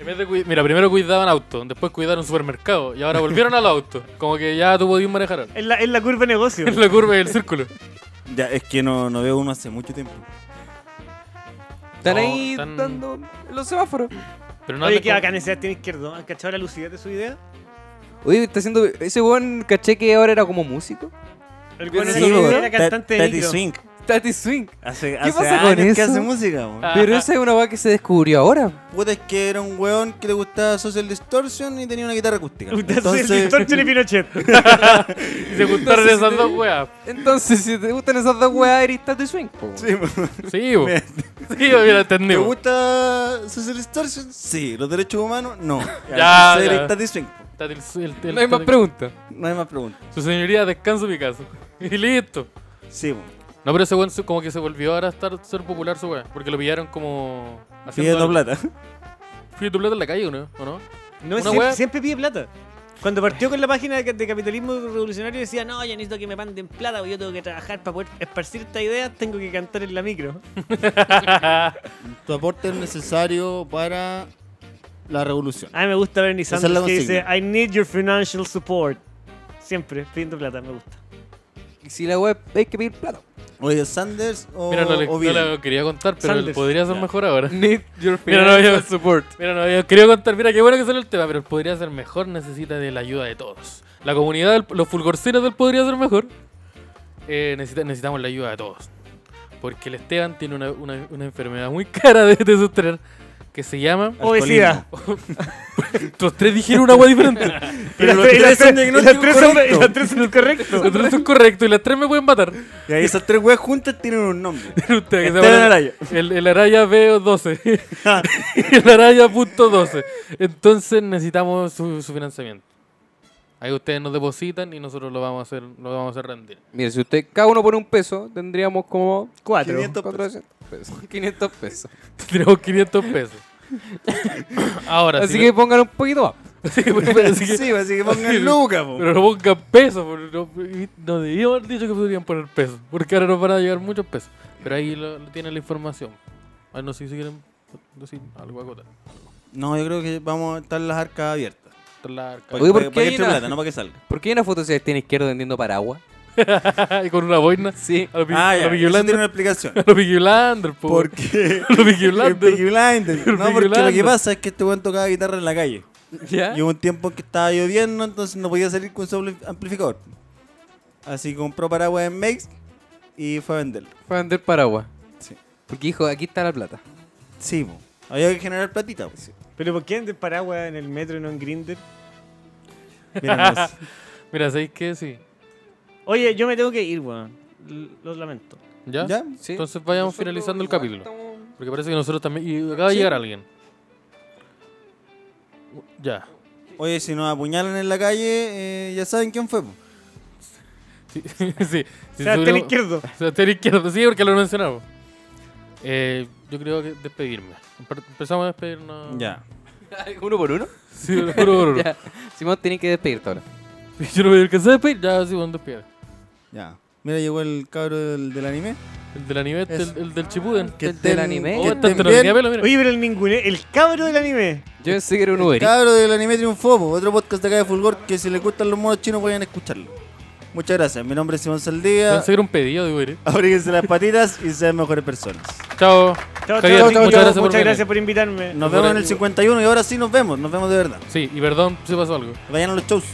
Speaker 2: en vez de cui- mira, primero cuidaban autos, después cuidaron supermercados y ahora volvieron al auto. Como que ya tú podías manejar. ahora.
Speaker 4: Es la, es la curva de negocio.
Speaker 2: En la curva y el círculo.
Speaker 3: Ya, es que no, no veo uno hace mucho tiempo.
Speaker 1: Están
Speaker 2: No,
Speaker 1: ahí
Speaker 2: están-
Speaker 1: dando los semáforos.
Speaker 2: Pero no
Speaker 4: Oye,
Speaker 2: anden
Speaker 4: qué
Speaker 2: con-
Speaker 4: bacán ese tiene izquierdo. ¿Han cachado la lucidez de su idea?
Speaker 1: Oye, está haciendo. Ese weón caché que ahora era como músico.
Speaker 4: El
Speaker 1: Bien,
Speaker 4: bueno
Speaker 1: sí,
Speaker 4: era,
Speaker 1: weón.
Speaker 4: era cantante de
Speaker 3: Tati
Speaker 4: micro.
Speaker 3: Swing.
Speaker 1: Tati Swing.
Speaker 3: Hace,
Speaker 1: ¿Qué
Speaker 3: hace
Speaker 1: pasa con
Speaker 3: años que
Speaker 1: eso?
Speaker 3: hace música, weón.
Speaker 2: Ah.
Speaker 1: Pero esa es una weá que se descubrió ahora.
Speaker 3: Puta, es que era un weón que le gustaba Social Distortion y tenía una guitarra acústica.
Speaker 4: Usted es el Distortion y Pinochet.
Speaker 2: Y se
Speaker 1: Entonces,
Speaker 2: juntaron esas
Speaker 1: si
Speaker 2: dos
Speaker 1: te-
Speaker 2: weas.
Speaker 1: Entonces, si te gustan esas dos weas, eres Tati Swing. po.
Speaker 3: Sí,
Speaker 2: Sí, bo. Sí, bo, mira,
Speaker 3: ¿Te
Speaker 2: entendido.
Speaker 3: gusta Social Distortion? Sí. ¿Los derechos humanos? No.
Speaker 2: Ya,
Speaker 3: Entonces
Speaker 2: ya.
Speaker 3: eres Tati Swing. po.
Speaker 2: Está del- el- el-
Speaker 1: No hay más
Speaker 2: está del-
Speaker 1: preguntas.
Speaker 3: No hay más preguntas.
Speaker 2: Su señoría, descanso mi casa. Y listo.
Speaker 3: Sí, po.
Speaker 2: No, pero ese weón se- como que se volvió ahora a estar, ser popular su weón. Porque lo pillaron como.
Speaker 3: Pidiendo
Speaker 2: algo.
Speaker 3: plata.
Speaker 2: Pidiendo plata en la calle, ¿o no? ¿O no?
Speaker 4: No,
Speaker 2: Una
Speaker 4: siempre,
Speaker 2: wea-
Speaker 4: siempre pide plata. Cuando partió con la página de, de capitalismo revolucionario decía, no, yo necesito que me manden plata, porque yo tengo que trabajar para poder esparcir esta idea, tengo que cantar en la micro.
Speaker 6: Tu aporte es necesario para la revolución.
Speaker 4: A mí me gusta Bernie
Speaker 6: Esa es
Speaker 4: Sanders
Speaker 6: la
Speaker 4: que dice,
Speaker 6: consigna.
Speaker 4: I need your financial support. Siempre pidiendo plata, me gusta.
Speaker 1: Y si la wea hay que pedir plata.
Speaker 3: Oye, Sanders o,
Speaker 2: Mira, no, le,
Speaker 3: o
Speaker 2: no
Speaker 3: Biden.
Speaker 2: lo quería contar, pero
Speaker 4: Sanders.
Speaker 2: podría ser
Speaker 4: Ya.
Speaker 2: mejor ahora.
Speaker 1: Need your
Speaker 2: Mira, no,
Speaker 1: financial
Speaker 2: yo-
Speaker 1: support.
Speaker 2: Mira, no, yo quería contar. Mira, qué bueno que sale el tema, pero podría ser mejor. Necesita de la ayuda de todos. La comunidad, del- los fulgorcinos del podría ser mejor. Eh, necesita- necesitamos la ayuda de todos. Porque el Esteban tiene una, una- una enfermedad muy cara de, de sostener. que se llama.
Speaker 4: Obesidad.
Speaker 2: Los tres dijeron una agua diferente. Pero los
Speaker 4: Y las
Speaker 2: tres
Speaker 4: tres-
Speaker 2: son
Speaker 4: y las
Speaker 2: diagnósticos
Speaker 4: tres son- y
Speaker 2: correctos.
Speaker 4: las tres son correctos.
Speaker 2: Los tres son correctos y las tres me pueden matar.
Speaker 3: Y ahí esas tres weas juntas tienen un nombre.
Speaker 2: Pero usted, que se
Speaker 3: Esteban
Speaker 2: llama-
Speaker 3: Araya.
Speaker 2: El, el Araya veo 12. y el Araya punto 12. Entonces necesitamos su, su financiamiento. Ahí ustedes nos depositan y nosotros lo vamos a hacer, lo vamos a hacer rendir.
Speaker 1: Mire, si usted cada uno pone un peso, tendríamos como
Speaker 4: Cuatro.
Speaker 3: 500 pesos.
Speaker 1: 400 pesos. 500 pesos.
Speaker 2: Tenemos 500 pesos. Ahora
Speaker 1: Así
Speaker 2: sí.
Speaker 1: que pongan un poquito más. pues,
Speaker 2: Así que, así que-
Speaker 3: Sí, así que pongan Luca, po.
Speaker 2: pero no pongan pesos. porque No, no debíamos haber dicho que podrían poner pesos. Porque ahora nos van a llegar muchos pesos. Pero ahí lo, lo tiene la información. Ah, no sé si quieren decir algo acotar.
Speaker 3: No, yo creo que vamos a estar las arcas abiertas.
Speaker 2: Traslar,
Speaker 3: Pa-
Speaker 1: Oye, ¿por
Speaker 3: pa-
Speaker 1: qué
Speaker 3: pa que
Speaker 1: hay
Speaker 3: entre
Speaker 1: una-
Speaker 3: plata, no para que salga.
Speaker 1: ¿Por qué hay una foto de Sebastián Izquierdo vendiendo paraguas?
Speaker 2: y con una boina.
Speaker 1: Sí.
Speaker 2: A lo Pi-
Speaker 3: Ah,
Speaker 2: a
Speaker 3: ya,
Speaker 2: lo Peaky
Speaker 3: eso tiene
Speaker 2: Blinders.
Speaker 3: una explicación.
Speaker 2: A lo Peaky Blinders, po.
Speaker 3: Porque...
Speaker 2: A lo Peaky
Speaker 3: El
Speaker 2: Blinders.
Speaker 3: Peaky Blinders.
Speaker 2: El
Speaker 3: No,
Speaker 2: Peaky
Speaker 3: porque lo que
Speaker 2: Blinders.
Speaker 3: pasa es que este weón tocaba guitarra en la calle.
Speaker 1: ¿Eh?
Speaker 2: ¿Ya?
Speaker 3: Y hubo un tiempo en que estaba lloviendo, entonces no podía salir con su ampli- amplificador. Así que compró paraguas en Makes y fue a venderlo.
Speaker 1: Fue a vender paraguas.
Speaker 3: Sí.
Speaker 1: Porque dijo, aquí está la plata.
Speaker 3: Sí, po. Había que generar platita, po.
Speaker 4: Pero ¿por qué andan paraguas en el metro y no en Grinder?
Speaker 3: Mira, no sé.
Speaker 2: Mira, ¿sabéis qué? Sí.
Speaker 4: Oye, yo me tengo que ir, weón. L- Lo lamento.
Speaker 2: ¿Ya?
Speaker 3: ¿Ya?
Speaker 1: Sí.
Speaker 2: Entonces vayamos finalizando el capítulo. Porque parece que nosotros también. Y acaba de
Speaker 3: Sí.
Speaker 2: llegar alguien. Ya.
Speaker 3: Oye, si nos apuñalan en la calle, eh, ya saben quién fue, po.
Speaker 2: Sí. sí.
Speaker 4: O
Speaker 2: Si
Speaker 4: sea,
Speaker 2: subimos-
Speaker 4: izquierdo.
Speaker 2: Sebastián Izquierdo, sí, porque lo mencionamos. Eh, yo creo que despedirme. Empe- Empezamos a despedirnos.
Speaker 3: Ya.
Speaker 1: ¿Uno por uno?
Speaker 2: Sí, lo juro, juro.
Speaker 1: Ya. Simón, tenés que despedirte ahora.
Speaker 2: Yo no me alcancé a despedir. Ya, sí, bueno, despedida.
Speaker 3: Ya. Mira, llegó el cabro del, del anime.
Speaker 2: El del anime, el,
Speaker 3: Eso.
Speaker 2: el del Chipuden.
Speaker 1: ¿Del anime?
Speaker 2: Oh,
Speaker 1: que
Speaker 2: está entre
Speaker 3: estén
Speaker 2: los
Speaker 3: bien.
Speaker 2: diablos, mira.
Speaker 4: Oye, pero el ningune, el cabro del anime.
Speaker 1: Yo pensé que era un Uber.
Speaker 3: Cabro del anime triunfó, po. otro podcast de acá de Fulgor que si les gustan los monos chinos vayan a escucharlo. Muchas gracias, mi nombre es Simón Saldía.
Speaker 2: Pensé que era un pedido de Uber.
Speaker 3: Abríguense las patitas y sean mejores personas.
Speaker 2: Chao.
Speaker 4: Chao,
Speaker 2: Javier,
Speaker 4: chao,
Speaker 2: muchas
Speaker 4: chao,
Speaker 2: gracias
Speaker 4: chao.
Speaker 2: por
Speaker 4: Muchas
Speaker 2: venir.
Speaker 4: gracias por invitarme.
Speaker 3: Nos vemos en el 51 y ahora sí nos vemos, nos vemos de verdad.
Speaker 2: Sí, y perdón si pasó algo.
Speaker 3: Vayan a los shows.